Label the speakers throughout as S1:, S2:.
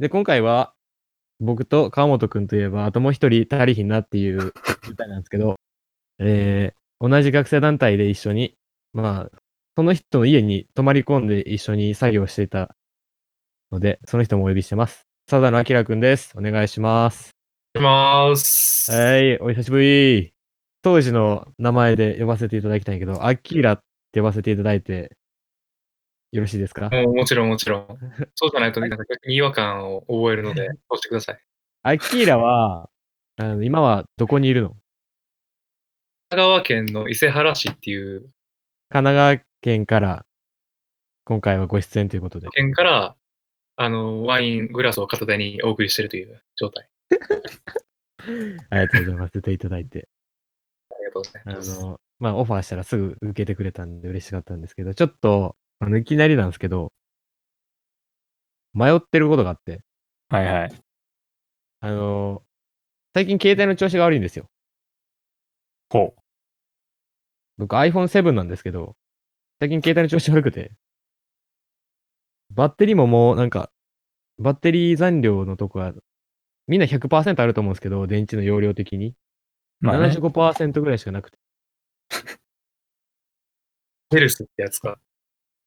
S1: で、今回は、僕と川本くんといえば、あともう一人、足りひんなっていう歌なんですけど、えー同じ学生団体で一緒に、まあ、その人の家に泊まり込んで一緒に作業していたので、その人もお呼びしてます。佐田野明くんです。お願いします。
S2: します。
S1: はい、お久しぶり。当時の名前で呼ばせていただきたいけど、アキラって呼ばせていただいて、よろしいですか
S2: もうもちろんもち ろん。そうじゃないと、なんか逆に違和感を覚えるので、そうしてください。
S1: アキラは、あの今はどこにいるの
S2: 香川県の伊勢原市っていう
S1: 神奈川県から今回はご出演という ことで。
S2: 県から、あの、ワイングラスを片手にお送りしてるという状態。
S1: ありがとうございます。出ていただいて。
S2: ありがとうござい
S1: あ
S2: ます。
S1: の、まあ、オファーしたらすぐ受けてくれたんで嬉しかったんですけど、ちょっと、あのいきなりなんですけど、迷ってることがあって、
S3: はいはい。
S1: あの、最近携帯の調子が悪いんですよ。
S3: ほう。
S1: 僕 iPhone7 なんですけど、最近携帯の調子悪くて、バッテリーももうなんか、バッテリー残量のとこは、みんな100%あると思うんですけど、電池の容量的に。
S3: まあね、
S1: 75%ぐらいしかなくて。
S2: ヘルスってやつか。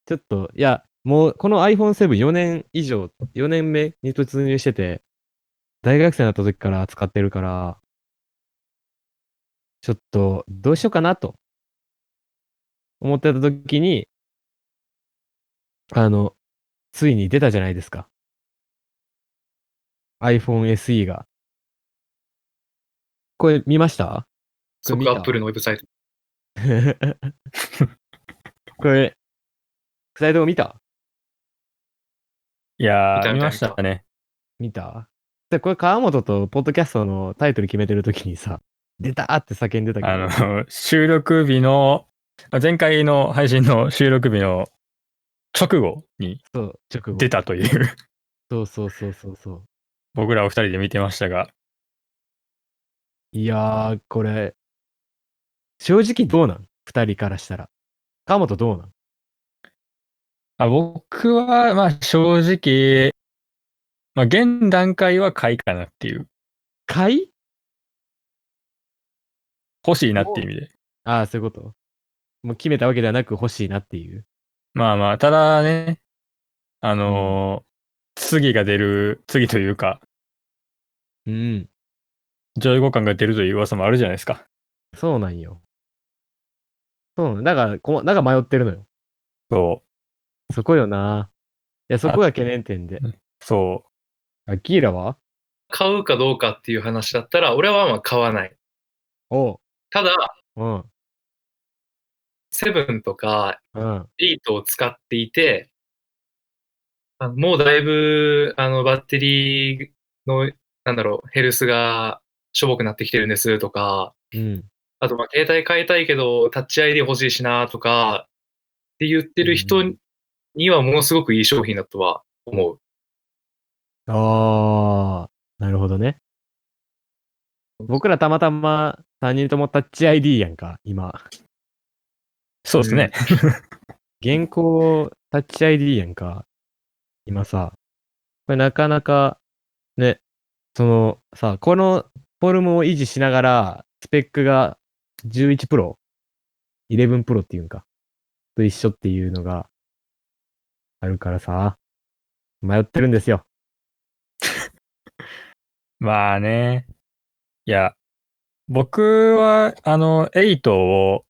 S1: ちょっと、いや、もうこの iPhone74 年以上、4年目に突入してて、大学生になった時から使ってるから、ちょっと、どうしようかなと、思ってた時に、あの、ついに出たじゃないですか。iPhone SE が。これ見ました
S2: そ
S1: 見
S2: こ
S1: た
S2: アップルのウェブサイト。
S1: これ、スライド見た
S3: いや
S2: 見た
S3: ー、
S2: 見
S3: 見
S2: た
S3: ましたね。
S1: 見たでこれ川本とポッドキャストのタイトル決めてるときにさ、出たーって叫んでたけど、
S3: あの、収録日の、まあ前回の配信の収録日の直後に
S1: そう、直後。
S3: 出たという、
S1: そうそうそうそうそう。
S3: 僕らお二人で見てましたが、
S1: いやー、これ、正直どうなん二人からしたら。川本どうなん
S3: あ僕は、まあ正直、まあ現段階は買いかなっていう、
S1: 買い
S3: 欲しいなっていう意味で。
S1: ああ、そういうこと。もう決めたわけではなく欲しいなっていう。
S3: まあまあ、ただね、あのー次が出る、次というか、
S1: うん。
S3: 上位互換が出るという噂もあるじゃないですか。
S1: そうなんよ。そうなんだから、こだから迷ってるのよ。
S3: そう。
S1: そこよな。いや、そこが懸念点で。
S3: そう。
S1: アキーラは
S2: 買うかどうかっていう話だったら、俺はまあ買わない。
S1: おう。
S2: ただ、
S1: うん。
S2: セブンとか
S1: うん。
S2: エイトを使っていて、あのもうだいぶ、あの、バッテリーの、なんだろう、ヘルスがしょぼくなってきてるんですとか、
S1: うん。
S2: あと、まあ、携帯変えたいけど、タッチ ID 欲しいしなとか、って言ってる人
S1: うん
S2: にはものすごくいい商品だとは思う。
S1: ああ、なるほどね。僕らたまたま3人ともタッチ ID やんか、今。
S3: そうですね。
S1: 現行タッチ ID やんか、今さ。これなかなか、ね、そのさ、このフォルムを維持しながら、スペックが11プロ、11プロっていうんか、と一緒っていうのがあるからさ、迷ってるんですよ。
S3: まあね。いや、僕は、あの、8を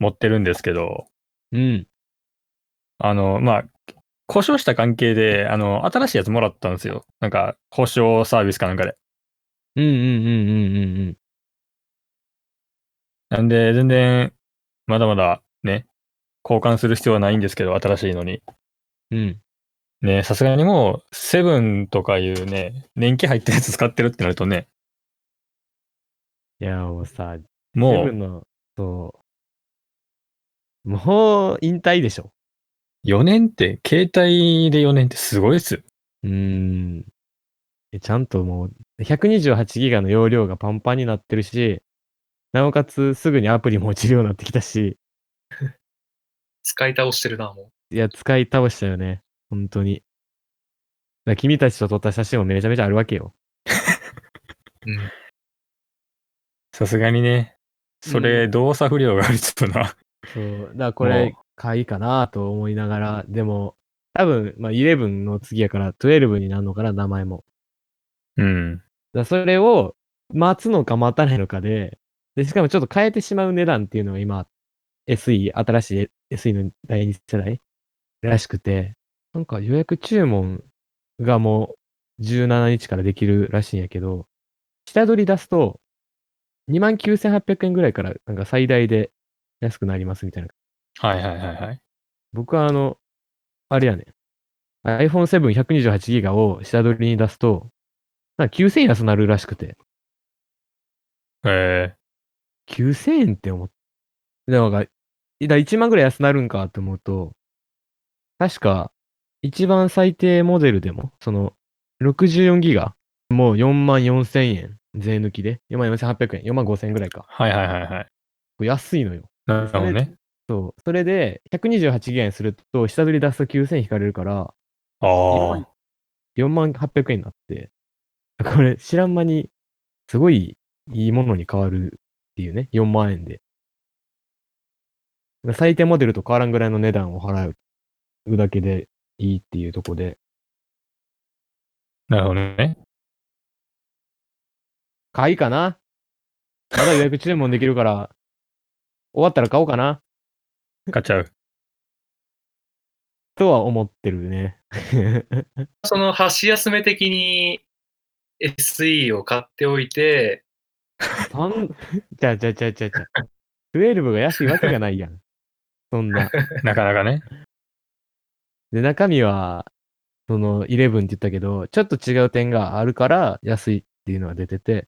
S3: 持ってるんですけど、
S1: うん。
S3: あの、まあ、故障した関係で、あの、新しいやつもらったんですよ。なんか、故障サービスかなんかで。
S1: うんうんうんうんうんうん。
S3: なんで、全然、まだまだ、ね、交換する必要はないんですけど、新しいのに。
S1: うん。
S3: ね、さすがにもう、セブンとかいうね、年季入ったやつ使ってるってなるとね、
S1: いや、もうさ、自
S3: も
S1: 分
S3: う
S1: の、そう、もう引退でしょ。
S3: 4年って、携帯で4年ってすごいっすよ。
S1: うーん。えちゃんともう、128ギガの容量がパンパンになってるし、なおかつすぐにアプリも落ちるようになってきたし、
S2: 使い倒してるな、もう。
S1: いや、使い倒したよね。本当に。ら君たちと撮った写真もめちゃめちゃあるわけよ。
S2: うん。
S3: さすがにね、それ、動作不良があるちょっとな。
S1: そう。だからこ
S3: もう
S1: れ、買いかなと思いながら、でも、多分、まあ、11の次やから、12になるのかな、名前も。
S3: うん。
S1: だからそれを、待つのか待たないのかで、で、しかもちょっと変えてしまう値段っていうのが今、SE、新しい SE の第2世代らしくて、なんか予約注文がもう17日からできるらしいんやけど、下取り出すと、29,800円ぐらいから、なんか最大で安くなりますみたいな
S3: はいはいはいはい。
S1: 僕はあの、あれやね。iPhone7 128GB を下取りに出すと、なんか9000円安なるらしくて。
S3: え
S1: 9000円って思って。なんか、だから1万ぐらい安なるんかって思うと、確か、一番最低モデルでも、その、64GB、もう4万4000円、税抜きで。4万4800円、4万5000円ぐらいか。
S3: ー、はいはいはいはい。
S1: 安いのよ。
S3: なるほどね。
S1: そう。それで、128GB にすると、下取り出すと9000円引かれるから、
S3: ああ。は
S1: 4万800円になって、これ知らん間に、すごいいいものに変わるっていうね、4万円で。最低モデルと変わらんぐらいの値段を払うだけでいいっていうとこで、
S3: なるほどね。
S1: 買いかなまだ予約注文できるから、終わったら買おうかな
S3: 買っちゃう。
S1: とは思ってるね。
S2: その、箸休め的に SE を買っておいて、
S1: そん、 じゃあじゃあじゃあじゃあじゃあ。12が安いわけがないやん。そんな。
S3: なかなかね。
S1: で、中身は、その、11って言ったけど、ちょっと違う点があるから、安いっていうのが出てて、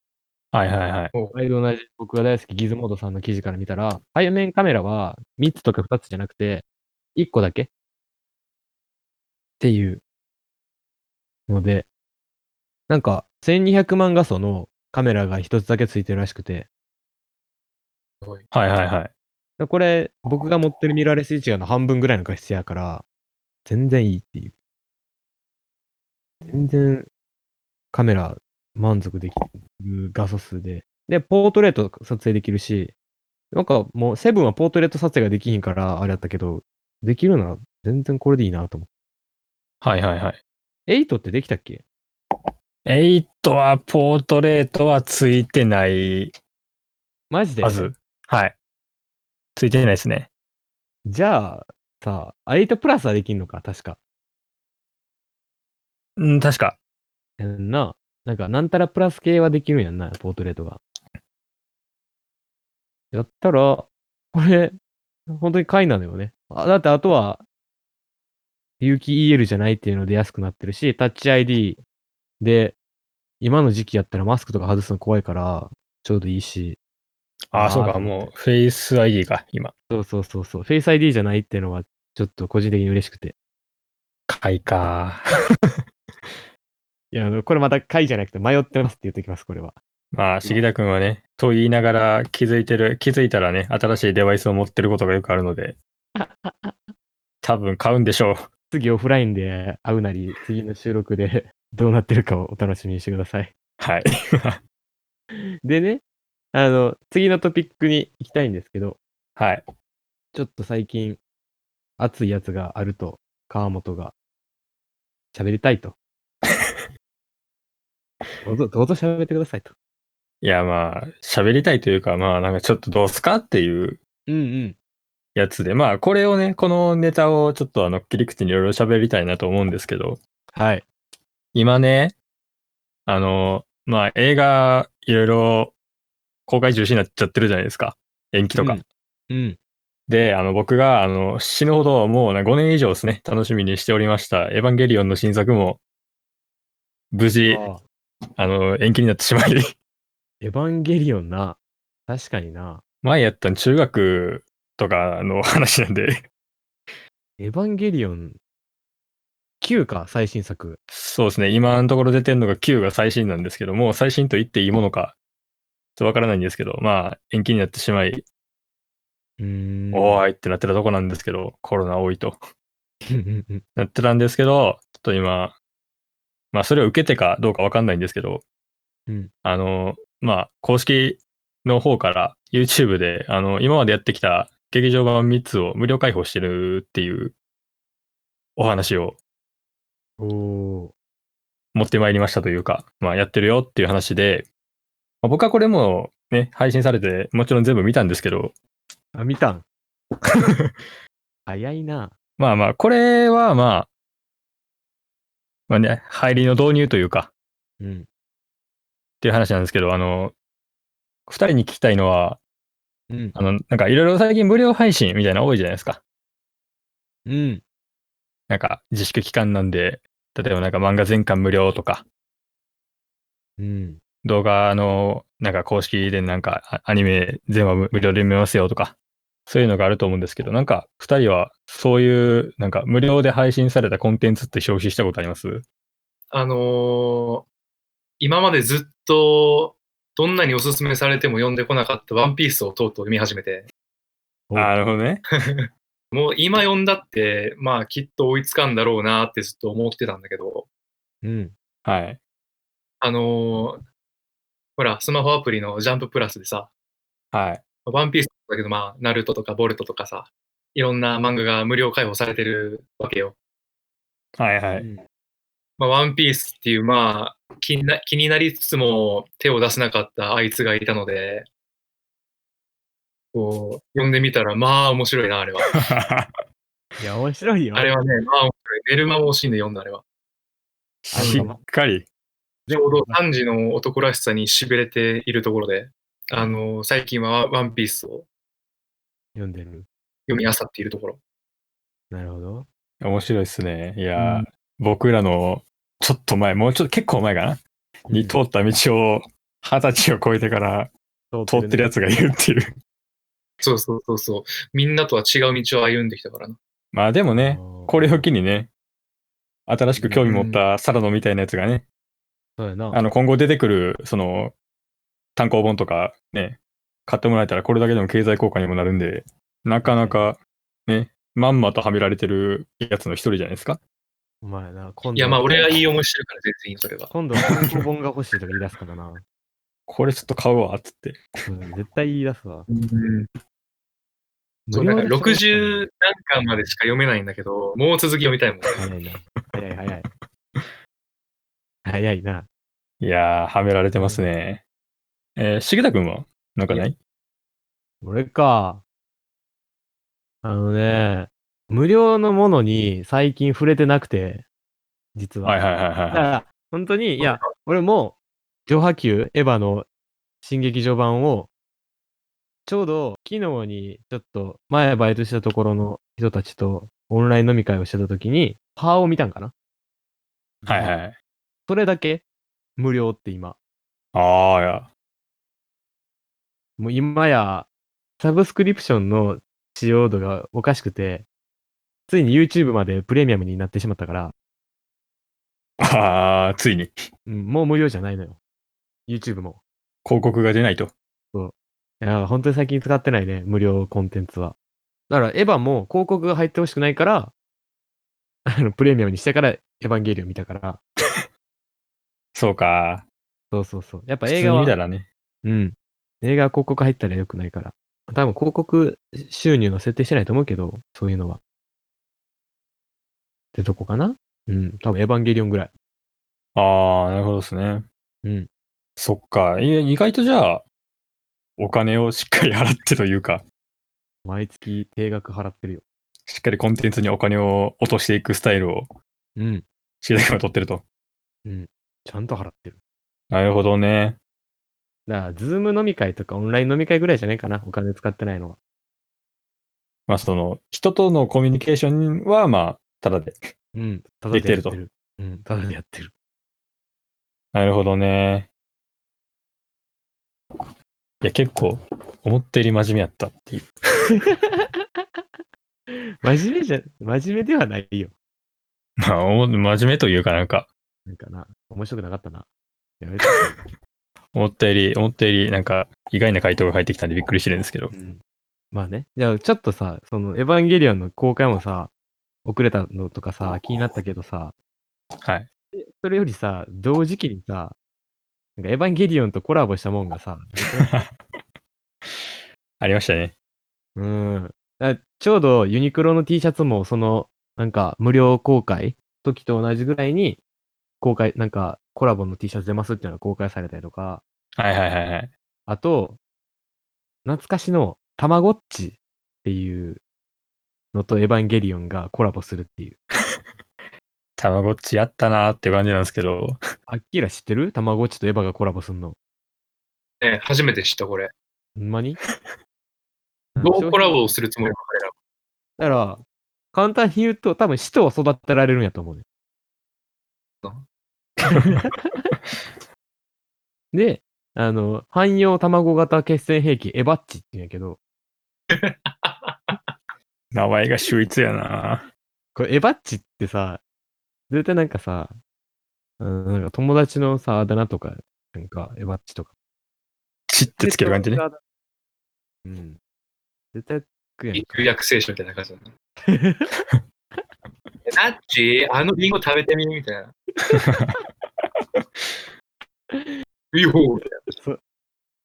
S3: はいはいはい。
S1: 毎度同じ、僕が大好きギズモードさんの記事から見たら、背面カメラは3つとか2つじゃなくて、1個だけっていうので、なんか、1200万画素のカメラが1つだけついてるらしくて、
S3: はいはいはい。
S1: これ、僕が持ってるミラーレス一眼の半分ぐらいの画質やから、全然いいっていう。全然、カメラ満足できる画素数で。で、ポートレート撮影できるし、なんかもう、セブンはポートレート撮影ができひんから、あれやったけど、できるなら全然これでいいなと思
S3: はいはいはい。
S1: う。8ってできたっけ
S3: エイトはポートレートはついてない
S1: マジで
S3: はず。はい。ついてないですね。
S1: じゃあ、さ、8プラスはできんのか、確か。
S3: うん、確か。
S1: やんな。なんか、なんたらプラス系はできるんやんな、ポートレートが。やったら、これ、本当に買いなのよね。あだって、あとは、有機 EL じゃないっていうので安くなってるし、タッチ ID で、今の時期やったらマスクとか外すの怖いから、ちょうどいいし。
S3: あ
S1: あ
S3: あ、
S1: ー
S3: そうか。
S1: と思って
S3: もう、フェイス ID か、今。
S1: そうそうそうそう。フェイス ID じゃないっていうのは、ちょっと個人的に嬉しくて。
S3: 買いか。
S1: いや、あのこれまた買いじゃなくて迷ってますって言ってきます、これは。
S3: まあ、しぎだくんはね、と言いながら気づいてる、気づいたらね、新しいデバイスを持ってることがよくあるので、多分買うんでしょう。
S1: 次オフラインで会うなり、次の収録で どうなってるかをお楽しみにしてください。
S3: はい。
S1: でね、あの、次のトピックに行きたいんですけど、
S3: はい。
S1: ちょっと最近熱いやつがあると、川本が喋りたい と。どうぞ、どうぞ喋ってくださいと。
S3: いや、まあ、喋りたいというか、まあ、なんかちょっとどうすかっていう
S1: うんうん。
S3: やつで、まあ、これをね、このネタをちょっとあの、切り口にいろいろ喋りたいなと思うんですけど、
S1: はい。
S3: 今ね、あの、まあ、映画、いろいろ公開中止になっちゃってるじゃないですか。延期とか。
S1: うんうん。
S3: で、あの、僕が、あの、死ぬほど、もうな5年以上ですね、楽しみにしておりました、エヴァンゲリオンの新作も、無事、あ
S1: ああ
S3: の、延期になってしまい、
S1: エヴァンゲリオンな。確かにな。
S3: 前やったの中学とかの話なんで、
S1: エヴァンゲリオン9か、最新作。
S3: そうですね、今のところ出てんのが9が最新なんですけども、最新と言っていいものか、ちょっとわからないんですけど、まあ、延期になってしまい、
S1: うーん。
S3: お
S1: い。
S3: ーいってなってたとこなんですけど、コロナ多いと。なってたんですけど、ちょっと今、まあそれを受けてかどうかわかんないんですけど、
S1: うん
S3: あの、まあ公式の方から YouTube で、あの、今までやってきた劇場版3つを無料開放してるっていうお話を
S1: お お
S3: 持ってまいりましたというか、まあやってるよっていう話で、まあ僕はこれもね、配信されてもちろん全部見たんですけど、
S1: ー。あ、見たん早いな。
S3: まあまあ、これはまあ、まあね、入りの導入というか、
S1: うん。
S3: っていう話なんですけど、あの、二人に聞きたいのは、
S1: うん。
S3: あの、なんかいろいろ最近無料配信みたいなの多いじゃないですか。
S1: うん。
S3: なんか自粛期間なんで、例えばなんか漫画全巻無料とか、
S1: うん。
S3: 動画のなんか公式でなんかあアニメ全話無無料で見ますよとか、そういうのがあると思うんですけど、なんか二人はそういうなんか無料で配信されたコンテンツって消費したことあります
S2: あのー今までずっと、どんなにおすすめされても読んでこなかったワンピースをとうとう読み始めて、
S1: おう
S3: るほどね。
S2: もう今読んだって、まあきっと追いつかんだろうなってずっと思ってたんだけど、
S1: うん。
S3: はい。
S2: あのーほら、スマホアプリのジャンププラスでさ、
S3: はい。
S2: ワンピースだけど、まあ、ナルトとかボルトとかさ、いろんな漫画が無料開放されてるわけよ。
S3: はいは
S1: う
S3: い。
S1: ん
S2: まあ、ワンピースっていう、まあ気にな、気になりつつも手を出せなかったあいつがいたので、こう、読んでみたら、まあ面白いな、あれは。
S1: いや、面白いよ。
S2: あれはね、まあ面白い。寝る間も惜しんで読んだ、あれは。
S3: しっかり。
S2: ちょうど3時の男らしさに痺れているところで、あの、最近はワンピースを
S1: 読んでる。
S2: 読み漁っているところ。
S1: なるほど。
S3: 面白いっすね。いやー、
S1: うん
S3: 僕らのちょっと前、もうちょっと結構前かな、に通った道を二十歳を超えてから
S1: うん
S3: 通ってるやつがいるっていう。
S2: そうそうそうそう。みんなとは違う道を歩んできたからな。
S3: まあでもね、これを機にね、新しく興味持ったサラノみたいなやつがね、
S1: そうや
S3: あ
S1: な。
S3: の今後出てくる、その、単行本とかね、買ってもらえたらこれだけでも経済効果にもなるんで、なかなかね、まんまとはめられてるやつの一人じゃないですか。
S1: お前やな。今度
S2: いや、まあ俺がいい思いしてるから全然いいの、それは。
S1: 今度は単行本が欲しいとか言い出すからな。
S3: これちょっと買うわ、つって。
S1: うん絶対言い出すわ。
S2: そうだから
S1: 無料で探すの
S2: 60何巻までしか読めないんだけど、もう続き読みたいもん。
S1: 早いな。早い早い。早いな。
S3: いやー、はめられてますね。えー、しげたくんはなんかない
S1: 俺か。あのね、無料のものに最近触れてなくて、実は。
S3: はいはいはい
S1: だ
S3: は
S1: か
S3: いはい。
S1: ら、本当に、いや、俺も、上波球エヴァの新劇場版を、ちょうど昨日にちょっと前バイトしたところの人たちとオンライン飲み会をしてた時に、パーを見たんかな
S3: はいはい。
S1: それだけ無料って今。
S3: ああ、いや。
S1: もう今や、サブスクリプションの使用度がおかしくて、ついに YouTube までプレミアムになってしまったから、
S3: ああ、ついに
S1: うん、もう無料じゃないのよ。YouTube も。
S3: 広告が出ないと。
S1: いや、本当に最近使ってないね、無料コンテンツは。だから、エヴァも広告が入ってほしくないから、 あの、プレミアムにしてからエヴァンゲリオン見たから。
S3: そうか。
S1: そうそうそう。やっぱ
S3: 普
S1: 映
S3: 通
S1: 画
S3: に
S1: は
S3: 見、たらね。
S1: うん。映画は広告入ったら良くないから。多分広告収入の設定してないと思うけど、そういうのは。ってとこかなうん。多分エヴァンゲリオンぐらい。
S3: ああ、なるほどですね。
S1: うん。
S3: そっか。いや意外とじゃあ、お金をしっかり払ってというか、
S1: 毎月定額払ってるよ。
S3: しっかりコンテンツにお金を落としていくスタイルを、
S1: うん。
S3: しげたくんは取ってると。
S1: ちゃんと払ってる。
S3: なるほどね。
S1: だから、ズーム飲み会とかオンライン飲み会ぐらいじゃないかな。お金使ってないのは。
S3: まあ、その、人とのコミュニケーションは、まあ、ただで。
S1: うん。た
S3: できてると
S1: やっうん。ただでやってる。
S3: なるほどね。いや、結構、思ったより真面目やったっていう。
S1: 真面目じゃ、真面目ではないよ。
S3: まあ、おも真面目というかなんか、
S1: なんかな。面白くなかったな。やめて。
S3: 思ったより、思ったより、なんか、意外な回答が入ってきたんでびっくりしてるんですけど。
S1: まあね。じゃあ、ちょっとさ、その、エヴァンゲリオンの公開もさ、遅れたのとかさ、気になったけどさ、
S3: はい。
S1: それよりさ、同時期にさ、なんかエヴァンゲリオンとコラボしたもんがさ、
S3: ありましたね。
S1: うん。だちょうどユニクロの T シャツも、その、なんか無料公開時と同じぐらいに、公開、なんかコラボの T シャツ出ますっていうのが公開されたりとか、
S3: はいはいはいはい。
S1: あと、懐かしのたまごっちっていうのとエヴァンゲリオンがコラボするっていう。
S3: たまごっちやったなーって感じなんですけど、
S1: あっきら知ってるたまごっちとエヴァがコラボすんの。
S2: ね、初めて知った、これ。
S1: ほんまに
S2: どうコラボを
S1: す
S2: するつもりなの彼らは
S1: だから、簡単に言うと、多分使徒を育てられるんやと思うね。で、あの、汎用卵型決戦兵器、エバッチって言うんやけど、
S3: 名前が秀逸やな
S1: これエバッチってさ、絶対なんかさ、うん、なんか友達のさ、あだ名とか、なんか、エバッチとか。
S3: チってつける感じね。
S1: うん。絶対つくやん。
S2: 旧約聖 書みたいな感じだな。ナッチ、あのリンゴ食べてみみたいな。いい方みたい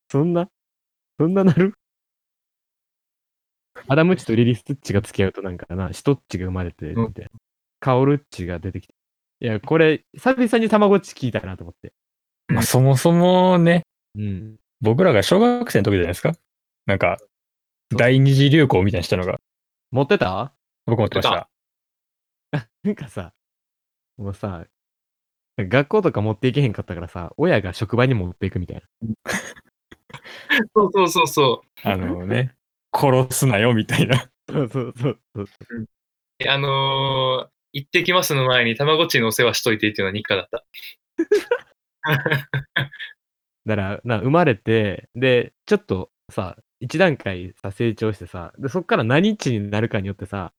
S1: そんなそんななるアダムッチとリリス・ツッチが付き合うとなんかな、シトッチが生まれて
S2: うん
S1: って、カオルッチが出てきて。いや、これ、久々にたまごっち聞いたなと思って。
S3: まあ、そもそもね、
S1: うん。
S3: 僕らが小学生の時じゃないですかなんか、第二次流行みたいにしたのが、
S1: 持ってた
S3: 僕持ってました。
S1: なんかさ、もうさ、学校とか持っていけへんかったからさ、親が職場に持っていくみたいな。
S2: な。そうそうそうそ
S3: あのね、殺すなよみたいな。
S1: そうそうそうそう。
S2: う。あのー行ってきますの前に、たまごっちのお世話しといてっていうのは日課だった。
S1: だから、な、生まれて、で、ちょっとさ、一段階さ、成長してさ、で、そっから何日になるかによってさ、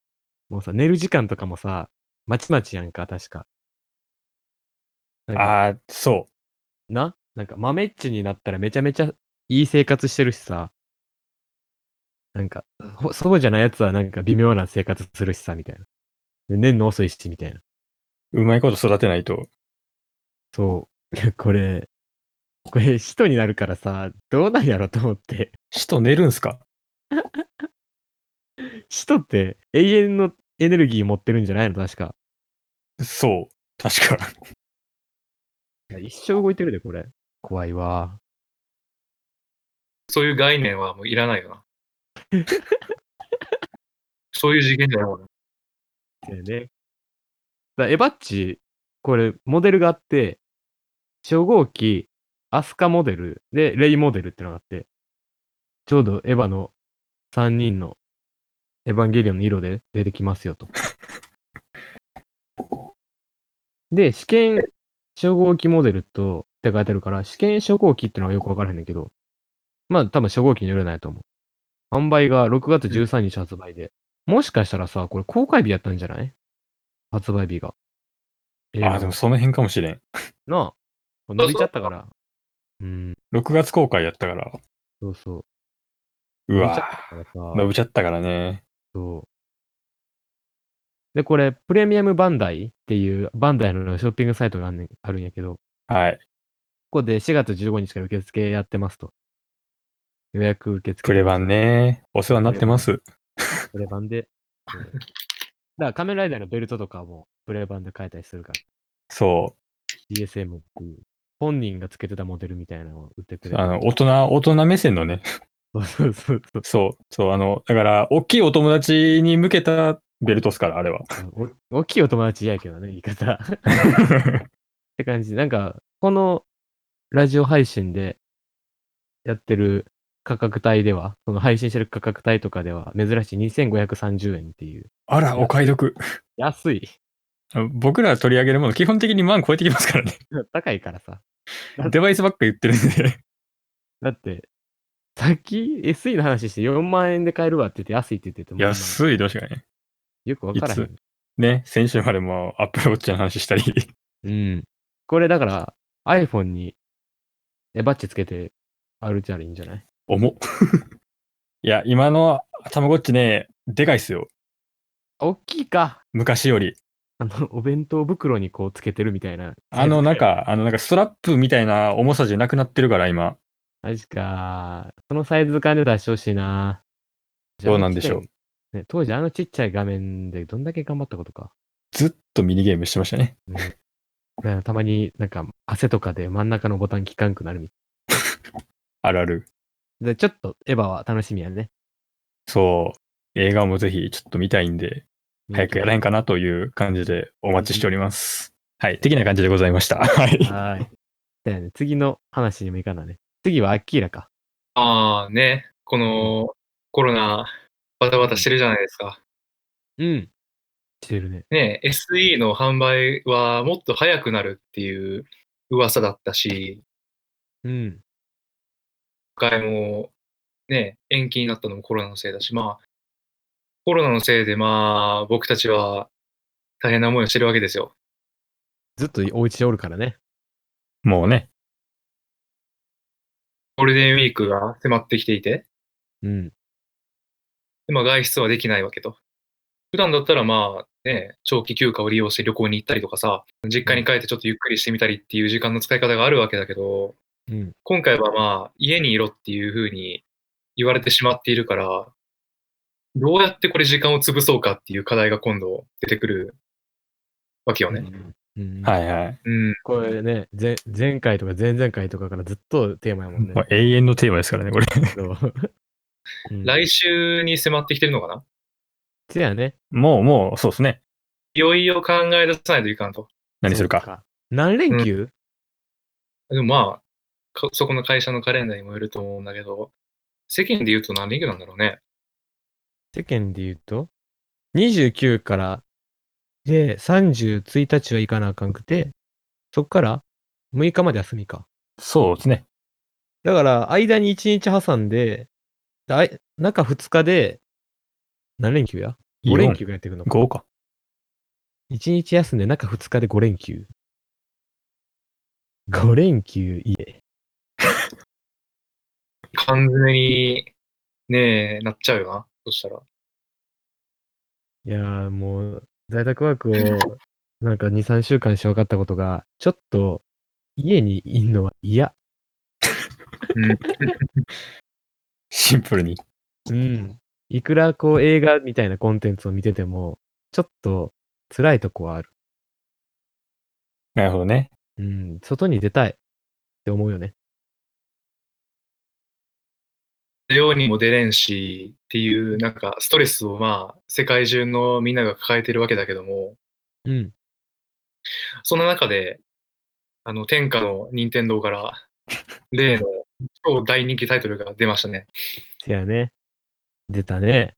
S1: もうさ、寝る時間とかもさ、まちまちやんか、確か。なんか
S3: ああ、そ
S1: ななんか、豆っちになったらめちゃめちゃいい生活してるしさ、なんか、ほそうじゃないやつはなんか微妙な生活するしさ、みたいな。で寝んの遅いし、みたいな。
S3: う。うまいこと育てないと。
S1: そう。 これ、これ、人になるからさ、どうなんやろと思って。
S3: 死と寝るんすか
S1: 使徒って永遠のエネルギー持ってるんじゃないの確か。
S3: そう。確か。
S1: 一生動いてるで、これ。怖いわ。
S2: そういう概念はもういらないよな。そういう次元じゃないもんな。
S1: だよね。だエバッチ、これ、モデルがあって、初号機、アスカモデル、で、レイモデルってのがあって、ちょうどエヴァの3人のエヴァンゲリオンの色で出てきますよ と。で、試験初号機モデルとって書いてあるから、試験初号機ってのはよくわからへんねんけど、まあ多分初号機によれないと思う。販売が6月13日発売で、もしかしたらさ、これ公開日やったんじゃない発売日が。え
S3: ああ、でもその辺かもしれん。
S1: なあ。伸びちゃったから。うん。
S3: 6月公開やったから。
S1: そうそう。
S3: う
S1: 伸びちゃった
S3: わ
S1: からさ。
S3: 伸びちゃったからね。
S1: そう。で、これ、プレミアムバンダイっていうバンダイのショッピングサイトがあん,、ねん、あるんやけど、
S3: はい。
S1: ここで4月15日から受付やってますと。予約受付。
S3: プレ版ね。お世話になってます。
S1: プレ版で。うんだから仮面ライダーのベルトとかもプレ版で買えたりするから。
S3: そ
S1: DSM っていう、本人がつけてたモデルみたいなのを売ってくれ
S3: う。
S1: る。
S3: あの、大人、大人目線のね。
S1: そうそうそうそう
S3: そう。そう。あの、だから、大きいお友達に向けたベルトっすから、あれは。
S1: お。大きいお友達嫌やけどね、言い 方。って感じで、なんか、このラジオ配信でやってる価格帯では、その配信してる価格帯とかでは、珍しい2530円っていう。
S3: あら、お買い得。
S1: 安い。
S3: 僕ら取り上げるもの、基本的に万超えてきますか らね。
S1: 高いからさ。
S3: デバイスばっか言ってるんで。
S1: だって、さっき SE の話して4万円で買えるわって言って安いって言ってても、
S3: 安い、どうしようかね。
S1: よくわからへ
S3: い
S1: ん
S3: つ。ね、先週までもアップルウォッチの話したり。
S1: うん。これだから、iPhone にえバッチつけて歩いたらいいんじゃない
S3: 重っ。 いや、今のたまごっちね、でかいっすよ。
S1: 大きいか。
S3: 昔より。
S1: あの、 お弁当袋にこうつけてるみたいな。
S3: あの、なんか、あの、なんかストラップみたいな重さじゃなくなってるから、今。
S1: マジか。そのサイズ感で出してほしいな。
S3: どうなんでしょ
S1: う。ね、当時あのちっちゃい画面でどんだけ頑張ったことか。
S3: ずっとミニゲームしてましたね。
S1: ねだからたまになんか汗とかで真ん中のボタン効かんくなるみた
S3: あるある。
S1: いでちょっとエヴァは楽しみやね。
S3: そう。映画もぜひちょっと見たいんで、早くやらへん
S1: か。
S3: かなという感じでお待ちしております。はい。的な感じでございました。 はい。
S1: はい。だよね。次の話にもいかなね。次はアッキーラか。
S2: ああね、このコロナバタバタしてるじゃないですか。
S1: うん。してるね。
S2: ねえ、SE の販売はもっと早くなるっていう噂だったし、
S1: うん。
S2: 今回もね、延期になったのもコロナのせいだし、まあ、コロナのせいでまあ、僕たちは大変な思いをしてるわけですよ。
S1: ずっとお家でおるからね。
S3: もうね、
S2: ゴールデンウィークが迫ってきていて、
S1: うん。
S2: でまあ、外出はできないわけと。普段だったらまあね、長期休暇を利用して旅行に行ったりとかさ、実家に帰ってちょっとゆっくりしてみたりっていう時間の使い方があるわけだけど、
S1: うん。
S2: 今回はまあ家にいろっていうふうに言われてしまっているから、どうやってこれ時間を潰そうかっていう課題が今度出てくるわけよね。
S1: うん、
S3: はいはい。
S2: うん。
S1: これね、ぜ前回とか前々回とかからずっとテーマやもんね
S3: も。う永遠のテーマですからね、これ。
S1: そううん
S2: 来週に迫ってきてるのかな
S1: せやね。
S3: もう、もう、そうですね。
S2: いよいよ考え出さないといかんと。
S3: 何する
S1: そう
S3: か。
S1: か。何連休、
S2: でもまあ、かそこの会社のカレンダーにもよると思うんだけど、世間で言うと何連休なんだろうね。
S1: 世間で言うと、29から、で、31日は行かなあかんくて、そっから6日まで休みか。
S3: そうですね。
S1: だから、間に1日挟んで、であい中2日で、何連休や ?5 連休がやってくるのか。
S3: 5か。
S1: 1日休んで中2日で5連休。5連休家。
S2: 完全に、ねえ、なっちゃうよな。そしたら。
S1: いやーもう、在宅ワークを、なんか2、3週間して分かったことが、ちょっと、家にいんのは嫌。
S2: うん。
S3: シンプルに。
S1: うん。いくらこう映画みたいなコンテンツを見てても、ちょっと辛いとこはある。
S3: なるほどね。
S1: うん。外に出たいって思うよね。
S2: 世にも出れんしっていう、なんかストレスをまあ、世界中のみんなが抱えてるわけだけども、
S1: うん。
S2: そんな中で、あの、天下の任天堂から、例の超大人気タイトルが出ましたね。
S1: せやね。出たね。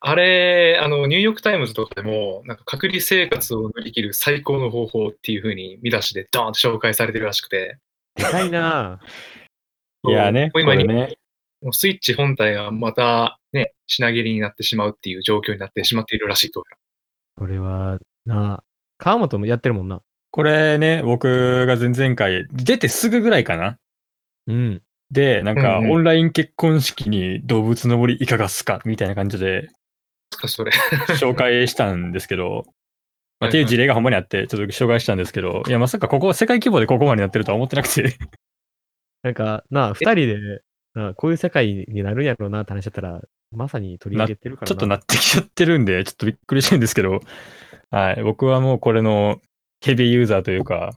S2: あれ、あの、ニューヨークタイムズとかでも、なんか隔離生活を乗り切る最高の方法っていう風に見出しでドーンと紹介されてるらしくて、
S1: でかい なぁ。
S3: いやーね、
S2: もう今
S3: これ
S2: に
S3: ね。
S2: もうスイッチ本体がまたね、品切れになってしまうっていう状況になってしまっているらしいと。
S1: これは、なあ川本もやってるもんな。
S3: これね、僕が前々回、出てすぐぐらいかな。
S1: うん。
S3: で、なんか、
S2: うんうん
S3: オンライン結婚式に動物の森いかがっすかみたいな感じで
S2: それ。
S3: 紹介したんですけ ど、まあ、
S2: はいはい
S3: っていう事例がほんまにあって、ちょっと紹介したんですけど、いや、まさかここ、世界規模でここまでやってるとは思ってなくて、
S1: なんか、なあ二人で、なあこういう世界になるんやろうなって話しちゃったら、まさに取り上げてるから
S3: ちょ
S1: な。
S3: っとなってきちゃってるんで、ちょっとびっくりしてるんですけど、はい、僕はもうこれのヘビーユーザーというか、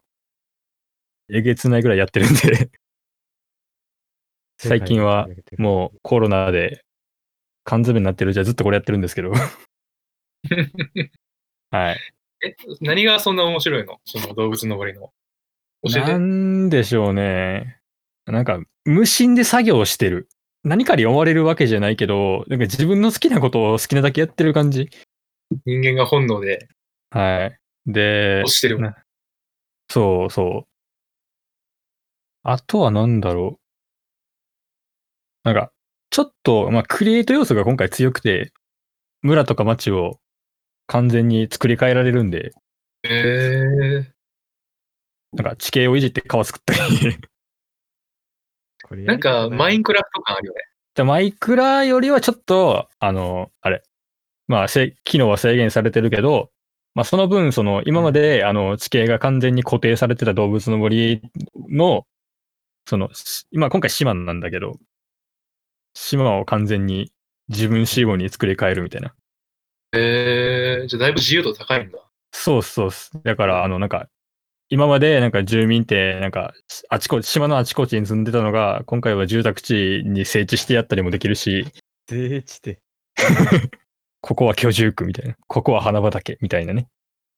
S3: えげつないぐらいやってるんで、最近はもうコロナで缶詰になってるじゃずっとこれやってるんで すけど、はい。
S2: え、何がそんな面白いのその動物の森の。教え
S3: な
S2: て。
S3: んでしょうね。なんか、無心で作業してる。何かに追われるわけじゃないけど、なんか自分の好きなことを好きなだけやってる感じ。
S2: 人間が本能で
S3: はい。で
S2: 落、ちてる。
S3: なそうそう。あとは何だろう。なんか、ちょっと、まあ、クリエイト要素が今回強くて、村とか町を完全に作り変えられるんで、
S2: へえ
S3: なんか地形をいじって川作ったり。
S1: う
S2: なんか、マイ
S1: ン
S2: ンクラフト感あるよね。
S3: でマイクラよりはちょっと、あの、あれ。まあ、せ機能は制限されてるけど、まあ、その分、その、今まで、あの、地形が完全に固定されてた動物の森の、その、し今、今回島なんだけど、島を完全に自分仕様に作り変えるみたいな。
S2: えー、じゃあだいぶ自由度高いんだ。
S3: そうそうっす。だから、あの、なんか、今まで、なんか住民って、なんか、あちこち、島のあちこちに住んでたのが、今回は住宅地に整地してやったりもできるし、
S1: 聖地で。
S3: ここは居住区みたいな、ここは花畑みたいなね、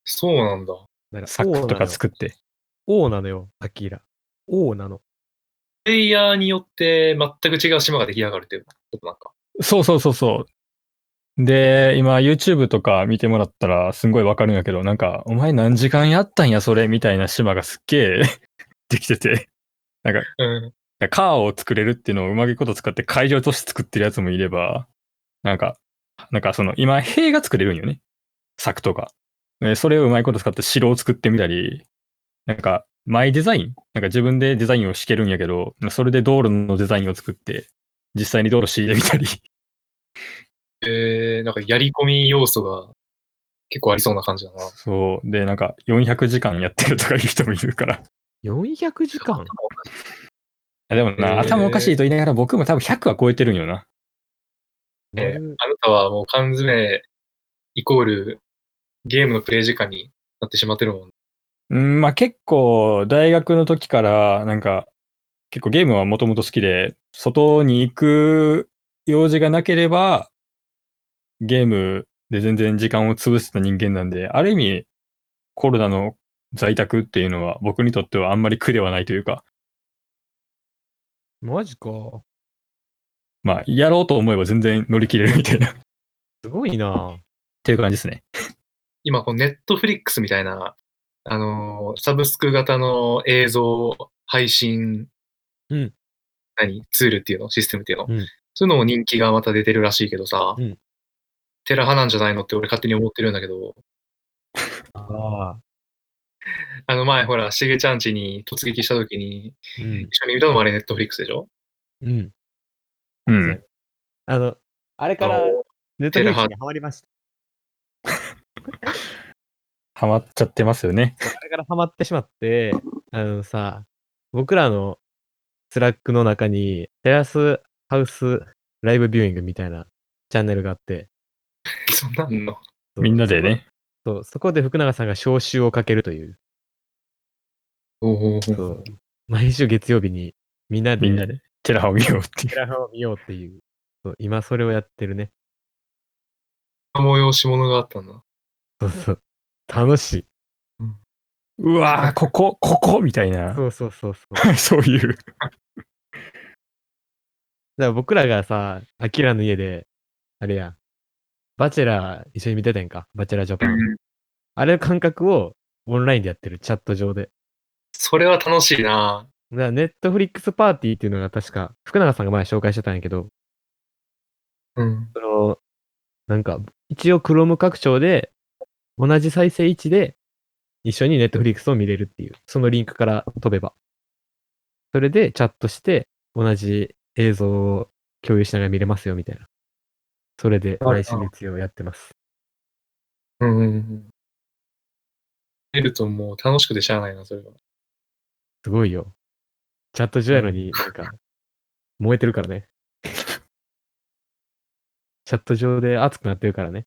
S2: そうなんだ。
S1: だから
S3: 柵とか作
S1: っ
S3: って。
S1: 王なのよ、アキラ。王なの。
S2: プレイヤーによって全く違う島が出来上がるっていう。ちょっとなんか。
S3: そうそうそうそう。で、今 YouTube とか見てもらったらすんごいわかるんやけど、なんか、お前何時間やったんや、それ、みたいな島がすっげえ できてて、
S2: うん。
S3: カーを作れるっていうのをうまいこと使って会場都市作ってるやつもいれば、なんか、なんかその、今、塀が作れるんよね。柵とか。でそれをうまいこと使って城を作ってみたり、なんか、マイデザインなんか自分でデザインを敷けるんやけど、それで道路のデザインを作って、実際に道路敷いてみたり。
S2: えー、なんかやり込み要素が結構ありそうな感じだな。
S3: そう。で、なんか400時間やってるとかいう人もいるから。い
S1: 400時間
S3: やでも
S2: へ
S3: な、
S2: ー
S3: 頭おかしいと言いながら僕も多分100は超えてるんよな。
S2: えーあなたはもう缶詰イコールゲームのプレイ時間になってしまってるもん。
S3: うん、まあ結構、大学の時から、なんか、結構ゲームはもともと好きで、外に行く用事がなければ、ゲームで全然時間を潰してた人間なんで、ある意味、コロナの在宅っていうのは僕にとってはあんまり苦ではないというか、
S1: マジか。
S3: まあ、やろうと思えば全然乗り切れるみたいな、っ
S1: すごいな
S3: ていう感じですね。
S2: 今、このネットフリックスみたいな、あのーサブスク型の映像配信、
S1: うん
S2: 何ツールっていうのシステムっていうの、
S1: うん
S2: そういうのも人気がまた出てるらしいけどさ、
S1: うん
S2: テラ派なんじゃないのって俺勝手に思ってるんだけど、
S1: ああ。
S2: あの前ほら、しげちゃん家に突撃した時に、
S1: うん。
S2: 一緒に見たのもあれネットフリックスでしょ
S1: うん。
S3: うん。
S1: あの、あれから
S2: あの
S1: ネットフリックスにハマりました。
S3: ハマっちゃってますよね。
S1: あれからハマってしまって、あのさ、僕らのスラックの中に、テラスハウスライブビューイングみたいなチャンネルがあって、
S2: そんなんの。
S1: そう
S3: みんなでね。
S1: そうそこで福永さんが招集をかけるという、
S2: おー
S1: そう毎週月曜日にみんなで
S3: みんなでテラハを見ようっていう
S1: テ。ラハを見ようっていう、そう今それをやってるね。
S2: 催し物があったんだ。
S1: そうそう。楽しい。
S3: うわー、ここ、ここみたいな。
S1: そうそうそうそう。
S3: そうい
S1: だ
S3: う。
S1: から僕らがさ、アキラの家で、あれや、バチェラー一緒に見てたやんか、バチェラージャパン。あれの感覚をオンラインでやってる、チャット上で。
S2: それは楽しいな
S1: だからネットフリックスパーティーっていうのが確か、福永さんが前紹介してたんやけど、
S2: うん。
S1: その、なんか、一応 Chrome 拡張で、同じ再生位置で、一緒にネットフリックスを見れるっていう、そのリンクから飛べば。それでチャットして、同じ映像を共有しながら見れますよ、みたいな。それで、毎週月曜やってます。
S2: うんうんうん。出るともう楽しくてしゃあないな、それは。
S1: すごいよ。チャット上やのに、なんか、燃えてるからね。チャット上で熱くなってるからね。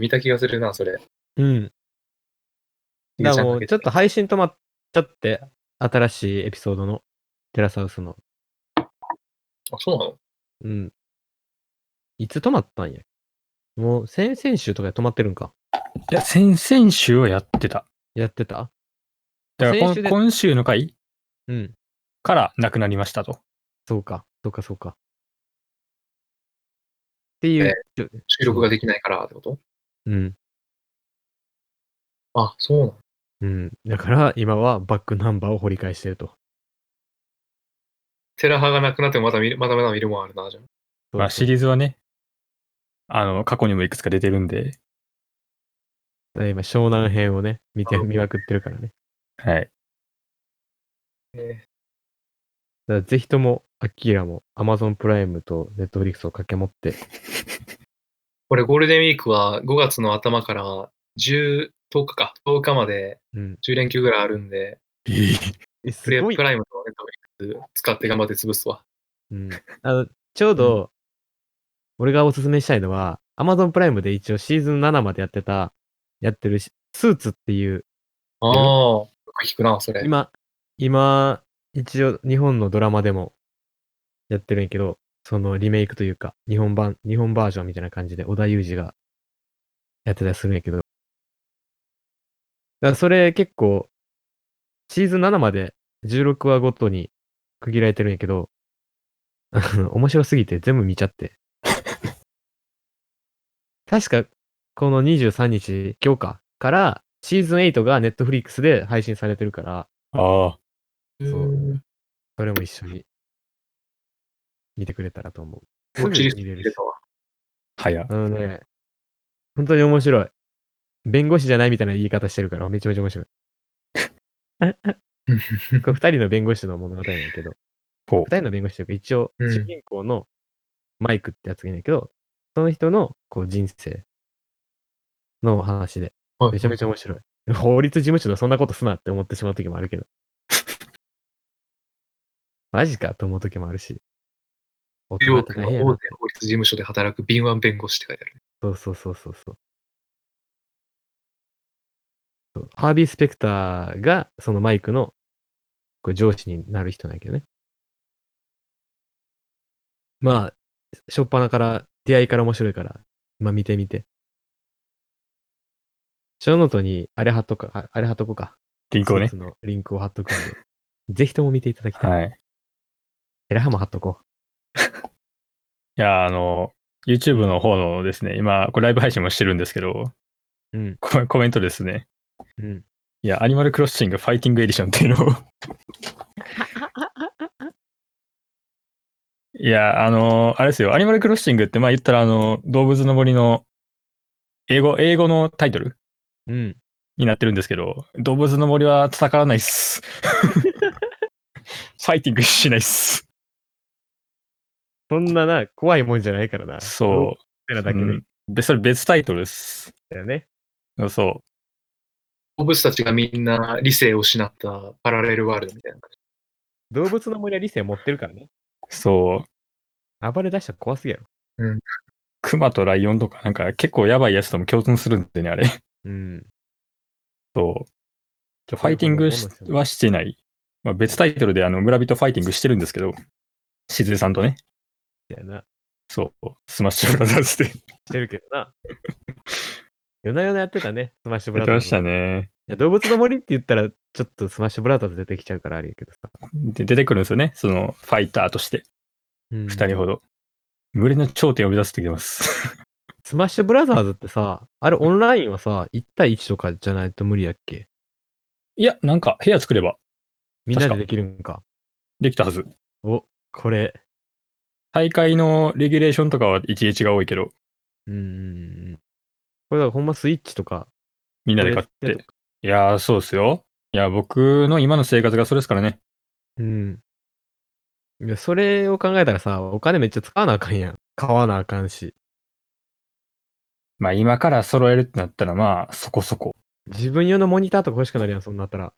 S2: 見た気がするな、それ。
S1: うん。だからもう、ちょっと配信止まっちゃって、新しいエピソードの、テラスハウスの。
S2: あ、そうなの
S1: うん。いつ止まったんやもう、先々週とかで止まってるんか。
S3: いや、先々週はやってた。
S1: やってた
S3: だからこ
S1: 先
S3: ん
S1: 週で
S3: 今週の回
S1: うん。
S3: からなくなりましたと。
S1: そうか。そうか、そうか。っていう、
S2: 収録ができないからってこと
S1: うん。
S2: あ、そうなの
S1: うん。だから、今はバックナンバーを掘り返してると。
S2: テラ派がなくなってもまた見る、まだまだ見るもんあるな、じゃあ。
S3: まあ、シリーズはね、あの、過去にもいくつか出てるんで、
S1: 今、湘南編をね、見て、
S2: うん
S1: 見まくってるからね。
S3: はい。
S1: だ
S2: え
S1: からぜひとも、アキラも Amazon プライムと Netflix を掛け持って、
S2: これゴールデンウィークは5月の頭から10、10日か、10日まで
S1: うん。
S2: 10連休ぐらいあるんで、
S1: え、
S2: プ
S1: す
S2: レ
S1: ごい
S2: プ。ライムとネットフリックス使って頑張って潰すわ。
S1: うん、あのちょうど、俺がおすすめしたいのは、Amazon プライムで一応シーズン7までやってた、やってるしスーツっていう、
S2: ああ、よく聞くな、それ。
S1: 今、今、一応日本のドラマでもやってるんやけど、そのリメイクというか、日本版、日本バージョンみたいな感じで、織田裕二がやってたりするんやけど、だからそれ結構、シーズン7まで16話ごとに区切られてるんやけど、 あの、面白すぎて全部見ちゃって。 確か、この23日、今日か、から、シーズン8が Netflix で配信されてるから、
S3: ああ、
S1: そうそれも一緒に見てくれたらと思う。
S2: もうチリ
S1: すぐ見れ
S2: 入
S1: る
S2: れ
S1: した
S2: わ。
S3: 早。
S1: あのね、本当に面白い。弁護士じゃないみたいな言い方してるから、めちゃめちゃ面 白い。これ二人の弁護士の物語なんだけど、
S3: ほう
S1: 二人の弁護士というか、一応、
S2: うん
S1: 主人公のマイクってやつがいるんだけど、その人のこう人生の話で、
S2: はい
S1: めちゃめちゃ面白い。法律事務所のそんなことすなって思ってしまう時もあるけ ど。マジかと思う時もあるし。大
S2: ニューヨ
S1: 人
S2: ー
S1: って
S2: クの
S1: 大変やな
S2: 大手法律事務所で働く敏腕弁護士って書いてある。
S1: そうそうそうそうそう。そうハービー・スペクターが、そのマイクのこれ上司になる人なんやけどね。まあ、しょっぱなから、出会いから面白いから、まあ見てみて。ショーノートにあれ貼っとくか、ああれ貼っとこうか。
S3: 銀行ね
S1: スーツ。のリンクを貼っとくんで。ぜひとも見ていただきたい。
S3: はい。
S1: エラハも貼っとこ
S3: いや、あの、YouTube の方のですね、今、これライブ配信もしてるんですけど、
S1: う。うん。
S3: ココメントですね。
S1: うん。
S3: いや、アニマルクロッシングファイティングエディションっていう のを。いや、あの、あれですよ、アニマルクロッシングって、まあ言ったら、あの、動物の森の、英語、英語のタイトル
S1: うん。
S3: になってるんですけど、動物の森は戦わない っす。ファイティングしないっす。
S1: そんなな、怖いもんじゃないからな。。
S3: そう
S1: だ
S3: う。
S1: けで
S3: う
S1: いい
S3: んでそれ別タイトルです。
S1: だよね。
S3: そう。
S2: 動物たちがみんな理性を失ったパラレルワールドみたいな。
S1: 動物の森は理性持ってるからね。
S3: そう。
S1: 暴れ出したら怖すぎやろ。
S3: クマとライオンとか、なんか結構やばいやつとも共存するんでね、あれ。
S1: うん。
S3: そう。ちょファイティングしはしてない。まあ、別タイトルであの村人ファイティングしてるんですけど、しずえさんとね、
S1: だよな。
S3: そう、スマッシュブラザーズで
S1: してるけどな。夜な夜なやってたね、スマッシュブ
S3: やっ
S1: ラザー
S3: てま
S1: ズ。
S3: した
S1: い
S3: ね。
S1: や動物の森って言ったら、ちょっとスマッシュブラザーズ出てきちゃうからあれやけどさ。
S3: で、出てくるんですよね、そのファイターとして、
S1: うん
S3: 二人ほど。群れの頂点を目指すって言ってます。
S1: スマッシュブラザーズってさ、あれオンラインはさ、1対1とかじゃないと無理やっけ
S3: いや、なんか部屋作れば
S1: みんなでできるんか。
S3: できたはず。
S1: お、これ。
S3: 大会のレギュレーションとかは1日が多いけど、
S1: うんうんうん。これだからほんまスイッチとか。
S3: みんなで買っ
S1: これやって
S3: て。いやー、そうですよ。いや、僕の今の生活がそれですからね。
S1: うん。いや、それを考えたらさ、お金めっちゃ使わなあかんやん。買わなあかんし。
S3: まあ今から揃えるってなったらまあそこそこ。
S1: 自分用のモニターとか欲しくなるやん、そんなったら。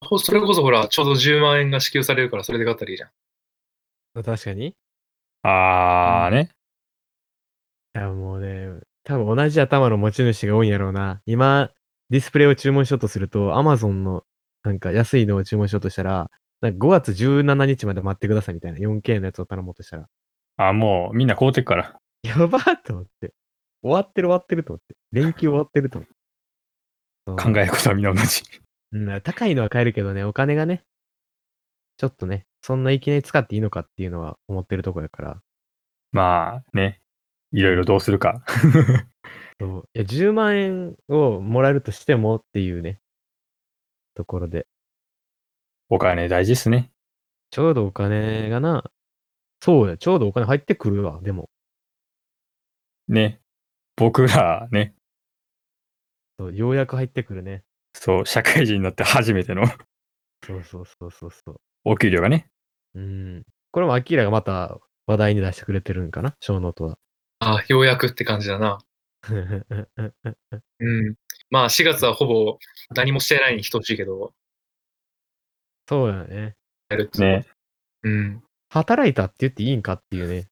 S2: ほそれこそほら、ちょうど10万円が支給されるからそれで買ったらいいじゃん。
S1: 確かに。い
S3: ああね。
S1: や、もうね、多分同じ頭の持ち主が多いんやろうな。今、ディスプレイを注文しようとすると、Amazon のなんか安いのを注文しようとしたら、なんか5月17日まで待ってくださいみたいな 4K のやつを頼もうとしたら、
S3: あもうみんな買うてくから。
S1: やばーと思って。終わってる終わってると思って。連休終わってると思って。そう
S3: 考えることはみんな同じ。
S1: うん、高いのは買えるけどね、お金がね、ちょっとね、そんないきなり使っていいのかっていうのは思ってるとこやから。
S3: まあね。いろいろどうするか。
S1: そういや10万円をもらえるとしてもっていうね、ところで。
S3: お金大事っすね。
S1: ちょうどお金がな、そうや、ちょうどお金入ってくるわ、でも。
S3: ね。僕らね、
S1: そうようやく入ってくるね。
S3: そう、社会人になって初めての
S1: そうそうそうそうそ
S3: お給料がね。
S1: う。うん。これもアキラがまた話題に出してくれてるんかな、小ノートは。
S2: ああ、ようやくって感じだな。うん。まあ4月はほぼ何もしてないに等しいけど、
S1: そうだよね。
S2: やるっていう。
S3: ね。
S2: うん。
S1: 働いたって言っていいんかっていうね。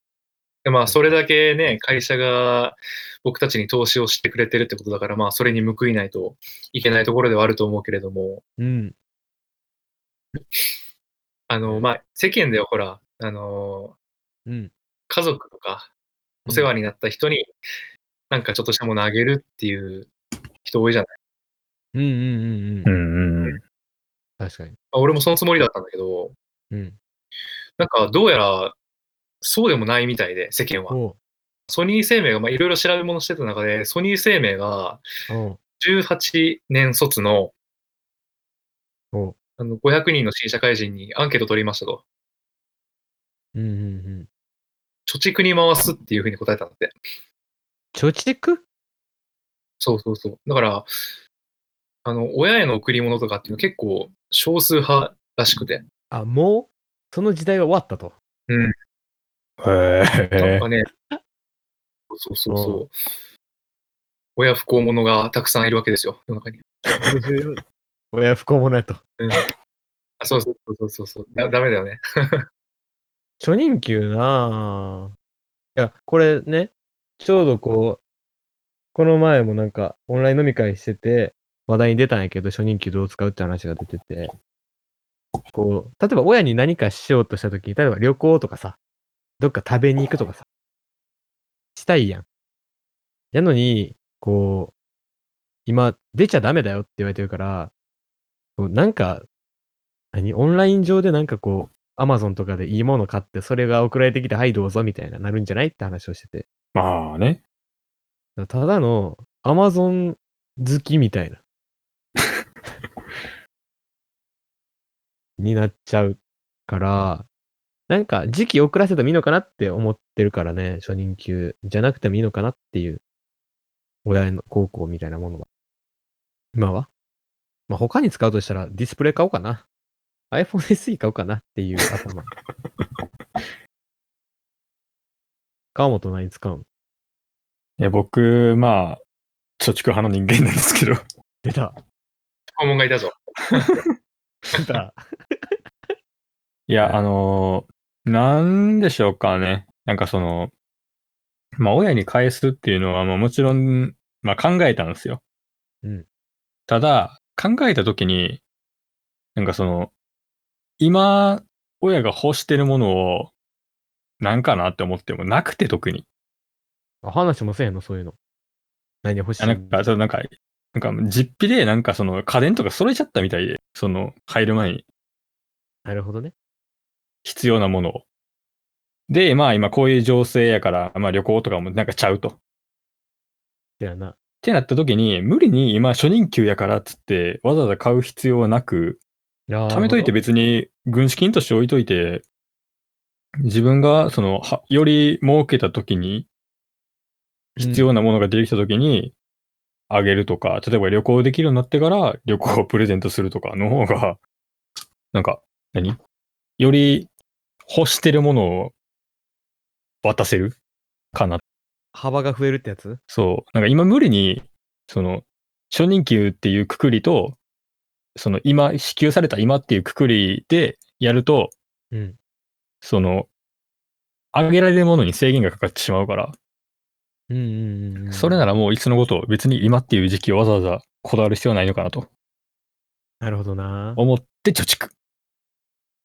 S2: でまあそれだけね、会社が僕たちに投資をしてくれてるってことだから、まあそれに報いないといけないところではあると思うけれども、
S1: うん。
S2: あの、まあ世間ではほら、あの、
S1: うん。
S2: 家族とか、お世話になった人に、なんかちょっとしたものあげるっていう人多いじゃない。
S1: うんうんうん
S3: う
S1: うん。
S3: んうんうん。
S1: 確かに。
S2: あ俺もそのつもりだったんだけど、
S1: うん。
S2: なんかどうやらそうでもないみたいで、世間は。
S1: おう
S2: ソニー生命が、まあいろいろ調べ物してた中で、ソニー生命が
S1: おう
S2: 18年卒の
S1: おう。
S2: あの500人の新社会人にアンケート取りましたと。
S1: うんうんうん。
S2: 貯蓄に回すっていうふうに答えたんだって。
S1: 貯蓄
S2: そうそうそう。だから、あの、親への贈り物とかっていうのは結構少数派らしくて。
S1: あ、もうその時代は終わったと。
S2: なん
S3: へ
S2: かね、そうそうそうう。親不幸者がたくさんいるわけですよ、世の中に。
S1: 親不幸もないと。
S2: うん、あそうそうそうそうそうだ。ダメだよね。
S1: 初任給なぁ。いや、これね、ちょうどこう、この前もなんかオンライン飲み会してて、話題に出たんやけど、初任給どう使うって話が出てて、こう、例えば親に何かしようとした時に、例えば旅行とかさ、どっか食べに行くとかさ、したいやん。やのに、こう、今出ちゃダメだよって言われてるから、こうなんか、何オンライン上でなんかこう、アマゾンとかでいいもの買って、それが送られてきて、はい、どうぞみたいな、なるんじゃないって話をしてて。
S3: まあね。
S1: ただの、アマゾン好きみた いな。になっちゃうから、なんか、時期遅らせてもいいのかなって思ってるからね、初任給じゃなくてもいいのかなっていう、親の高校みたいなものは。今はまあ、他に使うとしたら、ディスプレイ買おうかな。iPhone SE 買おうかなっていう 頭。川本何使うん
S3: いや、僕、まあ、貯蓄派の人間なんですけど。
S1: 出た。
S2: 顧問がいたぞ。
S1: 出た。
S3: いや、あのーなんでしょうかね。なんかその、まあ、親に返すっていうのは、まあ、もちろん、まあ、考えたんですよ。
S1: うん
S3: ただ、考えたときに、なんかその、今、親が欲してるものを、なんかなって思っても、なくて特に。
S1: あ話もせえへんの、そういうの。何欲しい
S3: あなんか、そうなんか、なんか、実費で、なんかその、家電とか揃えちゃったみたいで、その、入る前に。
S1: なるほどね。
S3: 必要なものを。で、まあ今こういう情勢やから、まあ旅行とかもなんかちゃうと。っ
S1: ではな。
S3: てなった時に、無理に今初任給やからっつって、わざわざ買う必要はなく、貯
S1: 貯
S3: めといて別に軍資金として置いといて、自分がその、はより儲けた時に、必要なものが出てきた時に、あげるとか、例えば旅行できるようになってから旅行をプレゼントするとかの方が、なんか何、より欲してるものを渡せるかな。
S1: 幅が増えるってやつ
S3: そう。なんか今無理に、その、初任給っていうくくりと、その今、支給された今っていうくくりでやると、
S1: うん。
S3: その、あげられるものに制限がかかってしまうから、
S1: うんうんうんうん。
S3: それならもういつのこと別に今っていう時期をわざわざこだわる必要はないのかなと
S1: なるほどな。
S3: 思って貯蓄。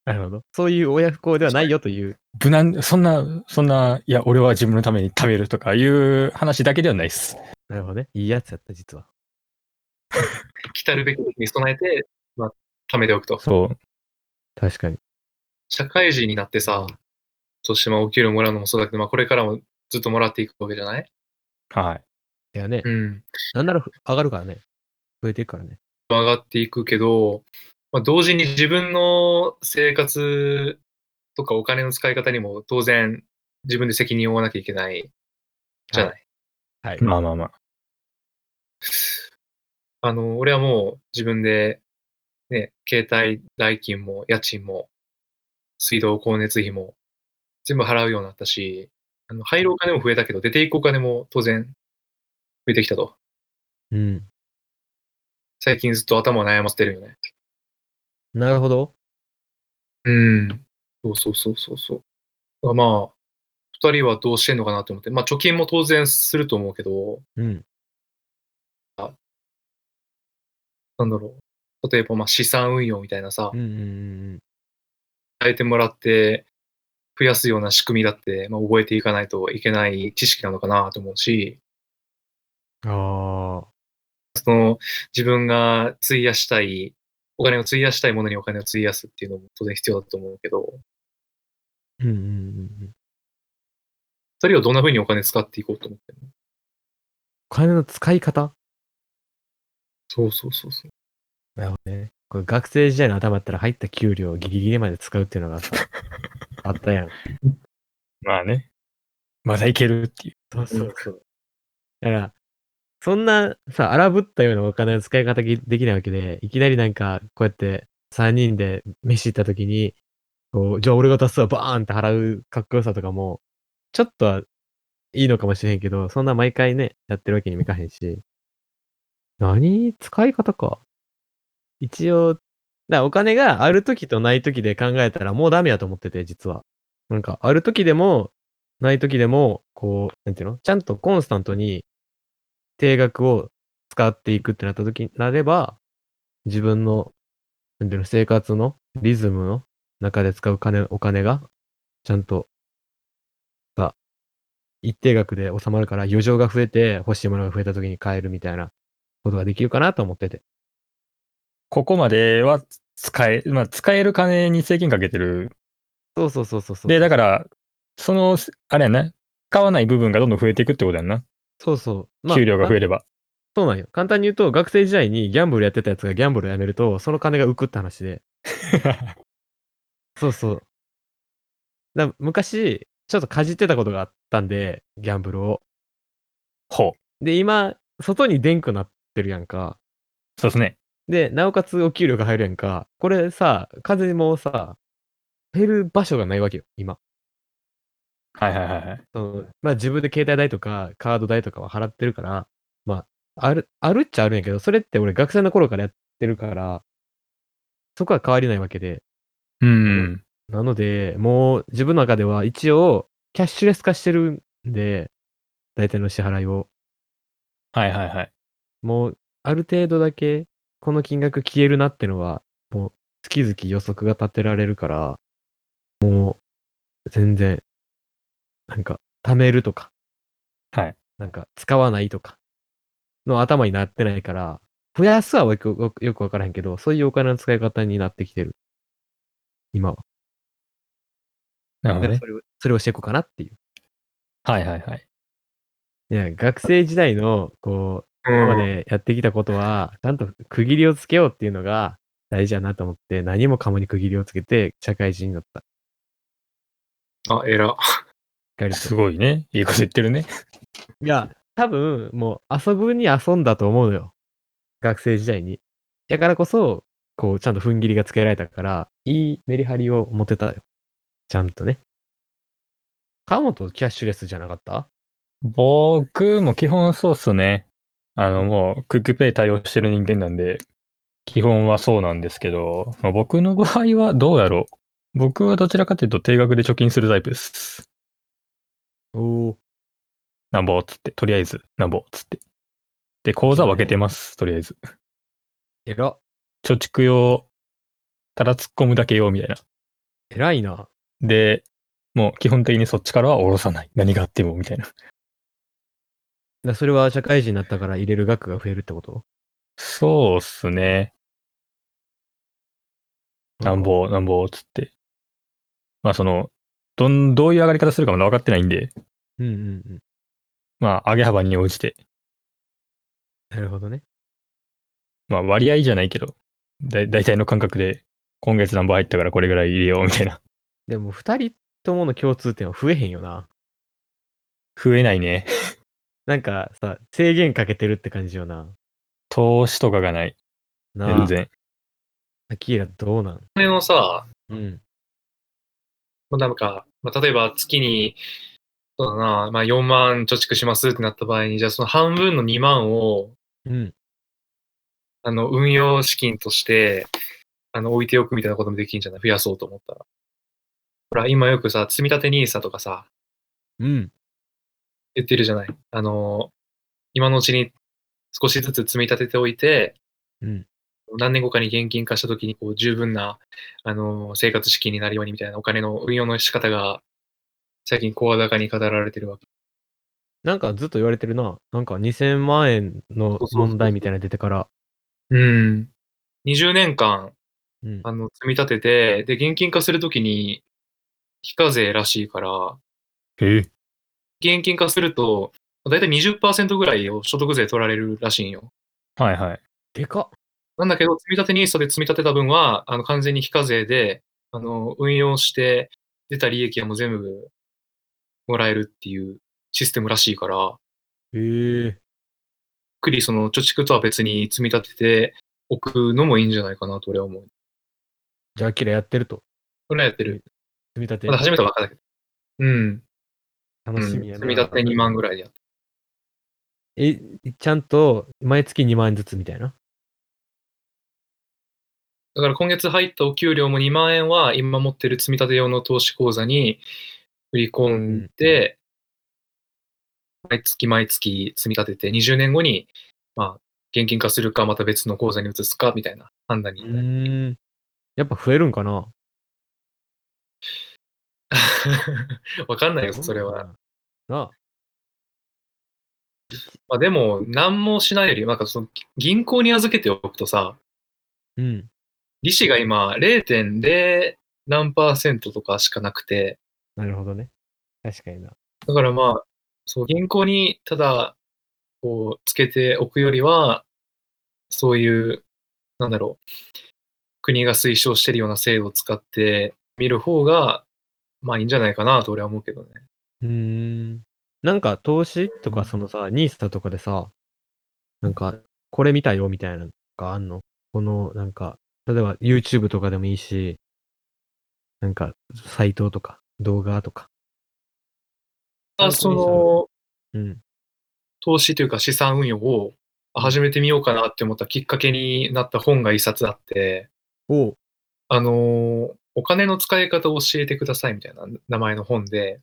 S1: なるほど。そういう親不孝ではないよという。
S3: 無難、そんな、そんな、いや、俺は自分のために食べるとかいう話だけではないです。
S1: なるほどね。いいやつやった、実は。
S2: 来たるべき時に備えて、まあ、貯めておくと。
S3: そう。
S1: 確かに。
S2: 社会人になってさ、としてまあお給料もらうのもそうだけど、まあこれからもずっともらっていくわけじゃない
S3: はい。
S1: いやね
S2: う。ん。
S1: なんなら上がるからね。増えていくからね。
S2: 上がっていくけど、まあ、同時に自分の生活とかお金の使い方にも当然自分で責任を負わなきゃいけないじゃない。
S1: はい。
S3: まあまあまあ。
S2: あの、俺はもう自分で、ね、携帯代金も家賃も水道光熱費も全部払うようになったし、あの入るお金も増えたけど、出ていくお金も当然増えてきたと。
S1: うん。
S2: 最近ずっと頭を悩ませてるよね。
S1: なるほど。
S2: うん。そうそうそうそうそう。だからまあ、二人はどうしてんのかなと思って、まあ貯金も当然すると思うけど、
S1: うん。
S2: なんだろう。例えばまあ資産運用みたいなさ
S1: うん、うんうん
S2: 変えてもらって、増やすような仕組みだって、まあ、覚えていかないといけない知識なのかなと思うし、
S1: うん。ああ。
S2: その自分が費やしたい、お金を費やしたいものにお金を費やすっていうのも当然必要だと思うけど、
S1: うんうんうん。
S2: 二人はどんな風にお金使っていこうと思ってるの
S1: お金の使い方
S2: そうそうそうそう。
S1: なるほどね。これ学生時代の頭だったら入った給料をギリギリまで使うっていうのが さ、あったやん。
S3: まあね。まだいけるっていう。
S1: そうそうそう。だから、そんなさ、荒ぶったようなお金の使い方ぎできないわけで、いきなりなんか、こうやって3人で飯行った時に、こう、じゃあ俺が出すわ、バーンって払うかっこよさとかも、ちょっとはいいのかもしれへんけど、そんな毎回ね、やってるわけにもいかへんし。何使い方か。一応、だからお金がある時とない時で考えたらもうダメやと思ってて、実は。なんか、ある時でも、ない時でも、こう、なんていうのちゃんとコンスタントに定額を使っていくってなった時になれば、自分の、なんていうの、生活のリズムの中で使う金、お金が、ちゃんと、さ、一定額で収まるから余剰が増えて欲しいものが増えた時に買えるみたいなことができるかなと思ってて。
S3: ここまでは使え、まあ使える金に制限かけてる。
S1: そうそうそうそうそう。
S3: で、だから、その、あれやね。買わない部分がどんどん増えていくってことやんな。
S1: そうそう。
S3: 給料が増えれば。
S1: そうなんよ。簡単に言うと、学生時代にギャンブルやってたやつがギャンブルやめると、その金が浮くって話で。そうそう。だ昔、ちょっとかじってたことがあったんで、ギャンブルを。
S3: ほ
S1: で、今、外に出んくなってるやんか。
S3: う。そうですね。
S1: で、なおかつお給料が入るやんか。これさ、風もさ、減る場所がないわけよ、今。
S3: はいはいはいはい。
S1: そのまあ自分で携帯代とかカード代とかは払ってるから、まあ、ある、あるっちゃあるんやけど、それって俺学生の頃からやってるから、そこは変わりないわけで。
S3: うん。
S1: なので、もう自分の中では一応、キャッシュレス化してるんで、大体の支払いを。
S3: はいはいはい。
S1: もう、ある程度だけ、この金額消えるなってのは、もう、月々予測が立てられるから、もう、全然、なんか、貯めるとか、
S3: はい。
S1: なんか、使わないとか、の頭になってないから、増やすはよくよくよくわからへんけど、そういうお金の使い方になってきてる。今は。
S3: なるほ
S1: だか
S3: ど
S1: ら
S3: ね。
S1: それをそれをしていこうかなっていう。
S3: はいはいはい。
S1: いや、学生時代の、こう、
S2: う
S1: 今までやってきたことは、ちゃんと区切りをつけようっていうのが大事だなと思って、何もかもに区切りをつけて社会人になった。し
S2: あ、えら。
S1: っかり
S3: す
S1: と
S3: ごいね。いいこと言ってるね。
S1: いや、多分、もう遊ぶに遊んだと思うのよ。学生時代に。だからこそ、こう、ちゃんと踏ん切りがつけられたから、いいメリハリを持てたよ。ちゃんとね。川本キャッシュレスじゃなかった
S3: 僕も基本そうっすね。あの、もう、クックペイ対応してる人間なんで、基本はそうなんですけど、まあ僕の場合はどうやろう。僕はどちらかというと定額で貯金するタイプです。
S1: おお。
S3: なんぼっつって、とりあえず、なんぼっつって。で、口座分けてます、とりあえず。
S1: えら、
S3: 貯蓄用、ただ突っ込むだけ用みたいな。
S1: えらいな。
S3: で、もう基本的にそっちからは下ろさない。何があっても、みたいな。
S1: だそれは社会人になったから入れる額が増えるってこと
S3: そうっすね。なんぼ、なんぼ、つって。まあ、その、どん、どういう上がり方するかまだ分かってないんで、
S1: うんうんうん。
S3: まあ、上げ幅に応じて、
S1: なるほどね。
S3: まあ、割合じゃないけど、だ、大体の感覚で、今月何本入ったからこれぐらい入れよう、みたいな。
S1: でも二人ともの共通点は増えへんよな。
S3: 増えないね。
S1: なんかさ、制限かけてるって感じよな。
S3: 投資とかがない。
S1: なあ
S3: 全。然。
S1: アキーラどうなん
S2: お金のさ、
S1: うん。
S2: まあなんか、まあ、例えば月に、そうだな。まあ4万貯蓄しますってなった場合に、じゃあその半分の2万を、
S1: うん。
S2: あの、運用資金として、あの、置いておくみたいなこともできるんじゃない増やそうと思ったら。ほら、今よくさ、積み立て NISA とかさ、
S1: うん。
S2: 言ってるじゃない。あの、今のうちに少しずつ積み立てておいて、
S1: うん
S2: 何年後かに現金化したときにこう十分なあの生活資金になるようにみたいなお金の運用の仕方が最近声高に語られてるわけ。
S1: なんかずっと言われてるな。なんか2000万円の
S2: そうそうそう
S1: 問題みたいなの出てから。
S2: うん。20年間
S1: うん。
S2: あの積み立てて、で、現金化するときに非課税らしいから、
S3: へえ。
S2: 現金化すると、だいたい20%ぐらいを所得税取られるらしいんよ。
S3: はいはい。
S1: でかっ。
S2: なんだけど、積み立て NISA で積み立てた分は、あの、完全に非課税で、あの、運用して出た利益はもう全部もらえるっていうシステムらしいから、
S1: へ
S2: ゆっ
S1: え。
S2: くりその貯蓄とは別に積み立てておくのもいいんじゃないかなと俺は思う。
S1: じゃあ、アキラやってると。
S2: 俺はやってる。
S1: 積み立て
S2: まだ。始めたばっかだけど。うん。う
S1: 楽
S2: ん、
S1: し
S2: 積
S1: みやな。
S2: み立て2万ぐらいでやってる。
S1: え、ちゃんと毎月2万円ずつみたいな。
S2: だから今月入ったお給料も2万円は今持ってる積み立て用の投資口座に振り込んで、毎月毎月積み立てて20年後に、まあ、現金化するかまた別の口座に移すかみたいな判断に、
S1: ん。やっぱ増えるんかな
S2: わかんないよ、それは。。
S1: なあ。
S2: まあでも、何もしないより、なんかその銀行に預けておくとさ、
S1: うん。
S2: 利子が今0.0何パーセントとかしかなくて、
S1: なるほどね。確かにな。
S2: だからまあ、そう、銀行にただ、こう、つけておくよりは、そういう、なんだろう、国が推奨してるような制度を使ってみる方が、まあいいんじゃないかなと俺は思うけどね。
S1: うーん。なんか投資とかそのさ、ニースタとかでさ、なんかこれ見たよみたいなのがあんのこのなんか、例えば YouTube とかでもいいし、なんかサイトとか動画とか。
S2: あその、
S1: うん。
S2: 投資というか資産運用を始めてみようかなって思ったきっかけになった本が一冊あって、
S1: おう。
S2: あのーお金の使い方を教えてくださいみたいな名前の本で、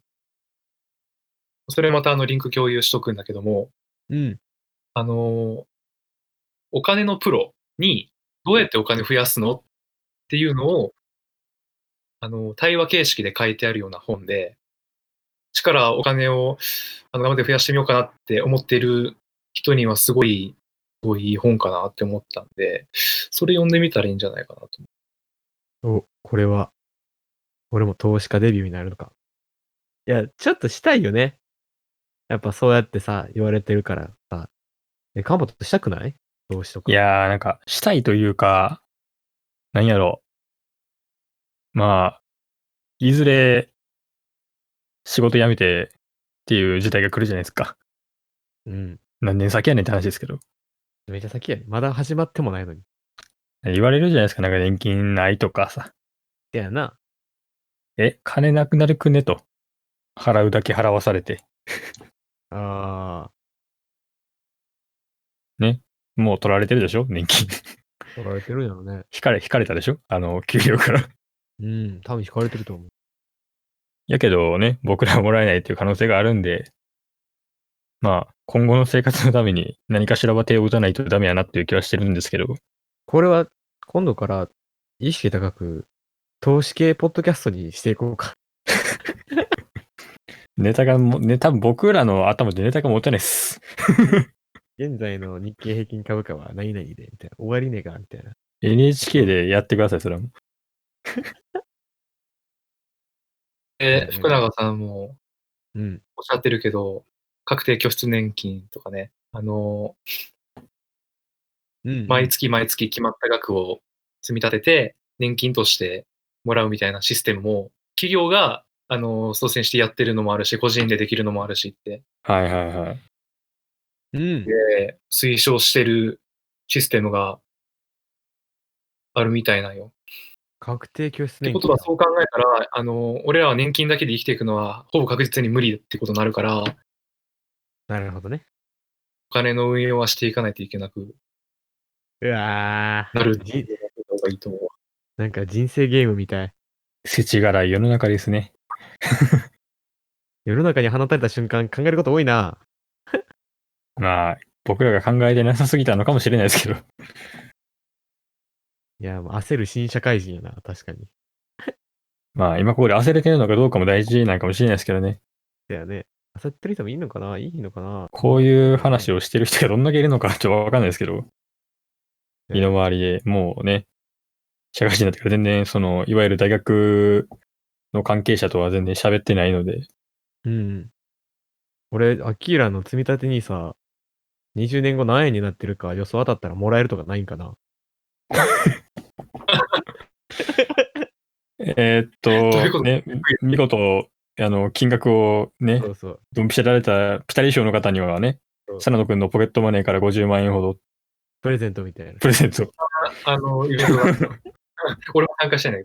S2: それまたあのリンク共有しとくんだけども、
S1: うん。
S2: あのーお金のプロにどうやってお金増やすのっていうのを、あのー対話形式で書いてあるような本で、一からお金をあの頑張って増やしてみようかなって思っている人にはすごい、すごいいい本かなって思ったんで、それ読んでみたらいいんじゃないかなと。
S1: お、これは、俺も投資家デビューになるのか。いや、ちょっとしたいよね。やっぱそうやってさ、言われてるからさ。え、カンパとしたくない投資とか。
S3: いやー、なんか、したいというか、なんやろう。まあ、いずれ、仕事辞めてっていう時代が来るじゃないですか。
S1: うん。
S3: 何年先やねんって話ですけど。
S1: めちゃ先やね。まだ始まってもないのに。
S3: 言われるじゃないですか。なんか年金ないとかさ。
S1: だよな。
S3: え、金なくなるくねと。払うだけ払わされて。
S1: あ
S3: もう取られてるでしょ年金。
S1: あ、取られてるんやろね。
S3: 引かれ、引かれたでしょあの、給料から。
S1: うん、多分引かれてると思う。
S3: やけどね、僕らはもらえないっていう可能性があるんで、まあ、今後の生活のために何かしらは手を打たないとダメやなっていう気はしてるんですけど、
S1: これは、今度から、意識高く、投資系ポッドキャストにしていこうか。
S3: ネタがも、ね、多分僕らの頭でネタが持たないっす。
S1: 現在の日経平均株価は何々で、みたいな。終わりねが、みたいな。
S3: NHK でやってください、それはもう。
S1: そうだ
S2: え
S1: ね
S2: 福永さんも
S1: うん。
S2: おっしゃってるけど、確定拠出年金とかね、あのー
S1: うん。
S2: 毎月毎月決まった額を積み立てて、年金としてもらうみたいなシステムも、企業が、あの、率先してやってるのもあるし、個人でできるのもあるしって、
S3: はいはいはい。
S1: うん。
S2: で、推奨してるシステムがあるみたいなんよ。
S1: 確定拠出
S2: って
S1: 年
S2: こと
S1: 金だ
S2: はそう考えたら、あの、俺らは年金だけで生きていくのは、ほぼ確実に無理ってことになるから、お
S1: なるほどね。
S2: 金の運用はしていかないといけなく
S1: うわー
S2: なるってい
S1: じ
S2: うのがいいと思う。
S1: なんか人生ゲームみたい。
S3: 世知辛い世の中ですね。
S1: 世の中に放たれた瞬間考えること多いな。
S3: まあ、僕らが考えてなさすぎたのかもしれないですけど。
S1: いや、もう焦る新社会人やな、確かに。
S3: まあ、今ここで焦れてるのかどうかも大事なんかもしれないですけどね。
S1: だよね。焦ってる人もいいのかないいのかな
S3: こういう話をしてる人がどんだけいるのかちょっとわかんないですけど、身の回りでもうね、社会人になってから全然、その、いわゆる大学の関係者とは全然喋ってないので、
S1: うん。俺、アキーラの積み立てにさ、20年後何円になってるか予想当たったらもらえるとかないんかな
S3: えーっ
S2: どういう
S3: と、
S2: こと
S3: ね、見事、あの、金額をね
S1: そ、うそう。
S3: ドンピシャられたピタリ賞の方にはね
S1: う、ん
S3: サナド君のポケットマネーから50万円ほど
S1: プレゼントみたいな。
S3: プレゼント。
S2: あの、イベントが。 俺も参加してない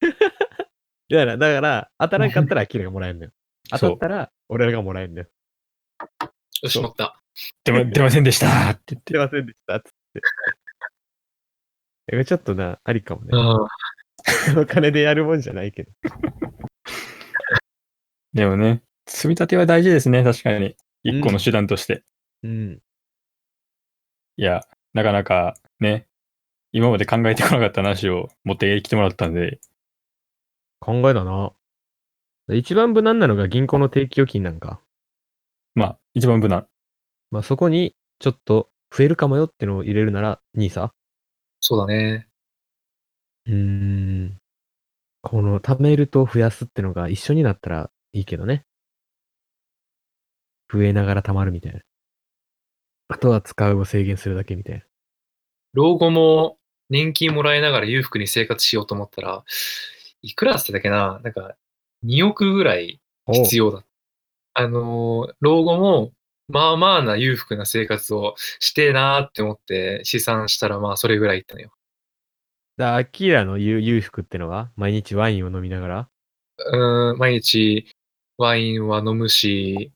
S2: けど。
S1: だから、だから、当たらんかったらアキーラがもらえるのよ。当たったら、俺らがもらえるのよ。
S2: よし、乗った。
S3: 出ま出ませんでしたって言って
S1: 出。ませんでした、つって。えちょっとな、ありかもね。
S2: うん。
S1: お金でやるもんじゃないけど。
S3: でもね、積み立ては大事ですね、確かに。一個の手段として。
S1: うん。
S3: いや、なかなかね、今まで考えてこなかった話を持ってきてもらったんで、
S1: 考えだな。一番無難なのが銀行の定期預金なんか。
S3: まあ、一番無難。
S1: まあ、そこに、ちょっと、増えるかもよってのを入れるなら、ニーサ
S2: そうだね。
S1: うーん。この、貯めると増やすってのが一緒になったらいいけどね。増えながら貯まるみたいな。あとは使うを制限するだけみたいな。
S2: 老後も年金もらいながら裕福に生活しようと思ったら、いくらだっただけな、なんか、2億ぐらい必要だ。あのー、老後も、まあまあな裕福な生活をしてえなーって思って試算したら、まあそれぐらいいったのよ。
S1: だからアキラの言う裕福ってのは、毎日ワインを飲みながら、
S2: うーん、毎日ワインは飲むし、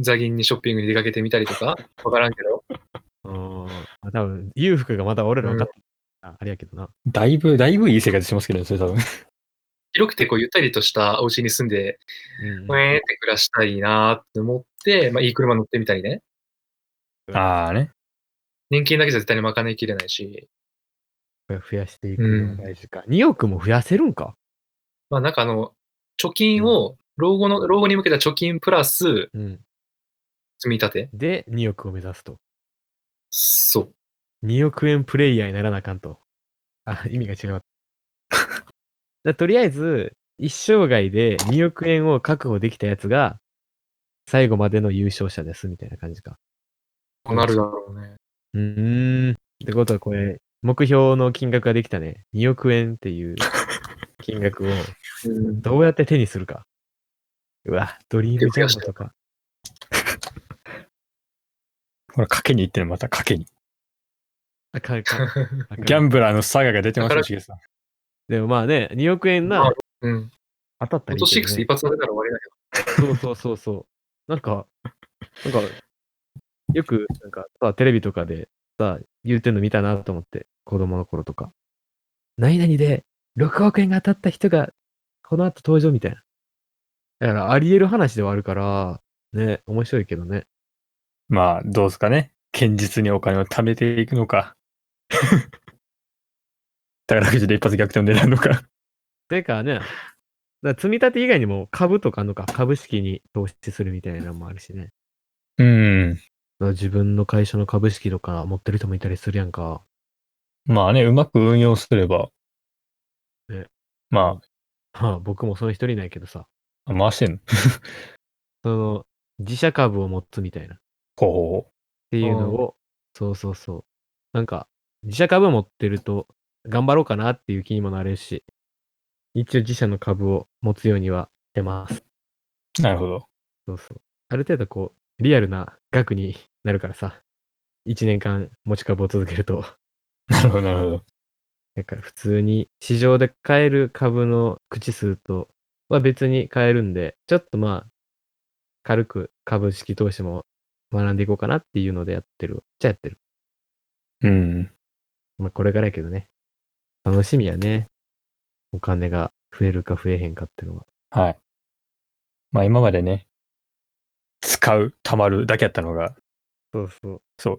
S2: 座銀にショッピングに出かけてみたりとか、わからんけど。
S1: うーん、あ多分裕福がまだ俺ら分かってない、ああれやけどな。
S3: だいぶ、だいぶいい生活してますけどね、それ多分。
S2: 広くてこうゆったりとしたお家に住んで、
S1: うん
S2: うえーって暮らしたいなーって思って、まあいい車乗ってみたりね。
S3: ああね。
S2: 年金だけじゃ絶対に賄いきれないし、
S1: 増やしていくのが大事か。2億も増やせるんか
S2: まあなんかあの、貯金を、老後の、老後に向けた貯金プラス
S1: うん。
S2: 積み立て。
S1: で、2億を目指すと。
S2: そう。
S1: 2億円プレイヤーにならなあかんと。あ、意味が違う。 だからとりあえず、一生涯で2億円を確保できたやつが、最後までの優勝者です、みたいな感じか。
S2: こうなるだろうね。
S1: うーん。ってことは、これ、目標の金額ができたね。2億円っていう金額を、
S2: うん、
S1: どうやって手にするか。うわ、ドリームジャンボとか。
S3: ほら、賭けに行ってるのまた賭けに。
S1: あかんかん。あかん
S3: ギャンブラーのサガが出てます
S2: だから
S3: よ、しげさん。
S1: でもまあね、2億円
S2: ま
S1: な
S2: あ、うん。
S1: 当たった
S2: フォ
S1: り
S2: ト6一
S1: ね。
S2: 発当てたら終わりだけ
S1: そうそうそうそう。なんか、なんか、よく、なんか、さ、テレビとかで、さ、言うてんの見たなと思って、子供の頃とか。何々で、6億円が当たった人が、この後登場みたいな。だから、あり得る話ではあるから、ね、面白いけどね。
S3: まあ、どうですかね。堅実にお金を貯めていくのか。 宝くじで一発逆転を狙うのか。
S1: ていうかね、だから積み立て以外にも株とかあんのか、株式に投資するみたいなのもあるしね。
S3: うん。
S1: だから自分の会社の株式とか持ってる人もいたりするやんか。
S3: まあね、うまく運用すれば。
S1: ね
S3: ま
S1: まあ、僕もその一人ないけどさ、
S3: あ、回してんの。
S1: その、自社株を持つみたいな、っ
S3: ほうほうほう。
S1: ていうのを、そうそうそう。なんか、自社株を持ってると、頑張ろうかなっていう気にもなれるし、一応自社の株を持つようにはしてます。
S3: なるほど。
S1: そうそう。ある程度こう、リアルな額になるからさ、一年間持ち株を続けると、
S3: なるほど、なるほど。
S1: なんか普通に市場で買える株の口数とは別に買えるんで、ちょっとまあ、軽く株式投資も学んでいこうかなっていうのでやってる。じゃあやってる。
S3: うん。
S1: まあこれからやけどね。楽しみやね。お金が増えるか増えへんかっていうのは。
S3: はい。まあ今までね、使う、貯まるだけやったのが、
S1: そうそう。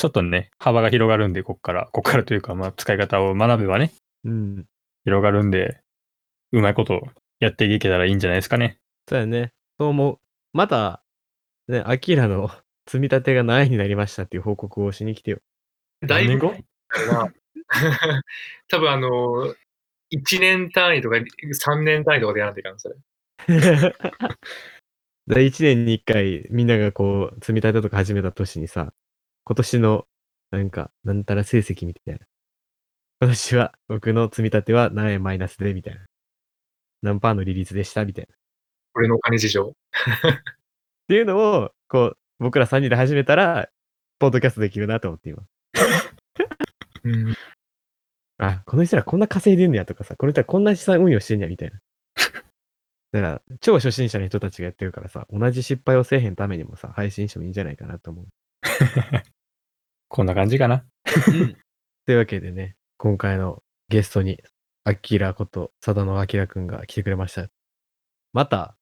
S3: ちょっとね、幅が広がるんで、こっから、こっからというか、まあ使い方を学べばね、
S1: うん。
S3: 広がるんで、うまいことやっていけたらいいんじゃないですかね。
S1: そうやね。そう思う。また、ね、アキラの 積み立てが何円になりましたっていう報告をしに来 てよ。
S2: だいぶ
S3: 何年後
S2: は 多分あの、1年単位とか3年単位とかでやらないといかん、それ。
S1: で一年に一回みんながこう積み立てとか始めた年にさ今年のなんかなんたら成績みたいな今年は僕の積み立ては何円マイナスでみたいな何パーの利率でしたみたいなっ
S2: 俺のお金事情。
S1: ていうのをこう僕ら3人で始めたらポッドキャストできるなと思って今
S2: うん。
S1: あこの人らこんな稼いでんねやとかさこの人らこんな資産運用してんねやみたいな だから超初心者の人たちがやってるからさ同じ失敗をせえへんためにもさ配信してもいいんじゃないかなと思う
S3: こんな感じかな。
S1: というわけでね、今回のゲストに、アキラこと、佐田のアキラくんが来てくれました。また、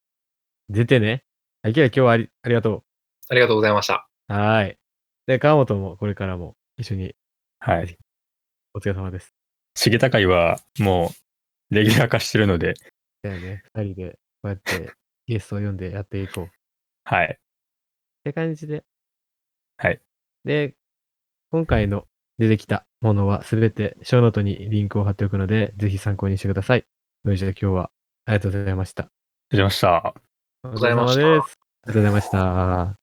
S1: 出てね。アキラ今日はありありがと
S2: ありがとうございました。
S1: う。はーい。で、川本もこれからも一緒に
S3: はい。
S1: お疲れ様です。
S3: 重高いは、もう、レギュラー化してるので、
S1: だよね。二人で、こうやってゲストを呼んでやっていこう。っ
S3: はい。
S1: て感じで。
S3: はい。
S1: で、今回の出てきたものはすべてショーノートにリンクを貼っておくので、ぜひ参考にしてください。それじゃあ今日はありがとうございました。
S3: 失礼しました。
S1: お
S2: 疲れ様です
S1: ありがとうございました。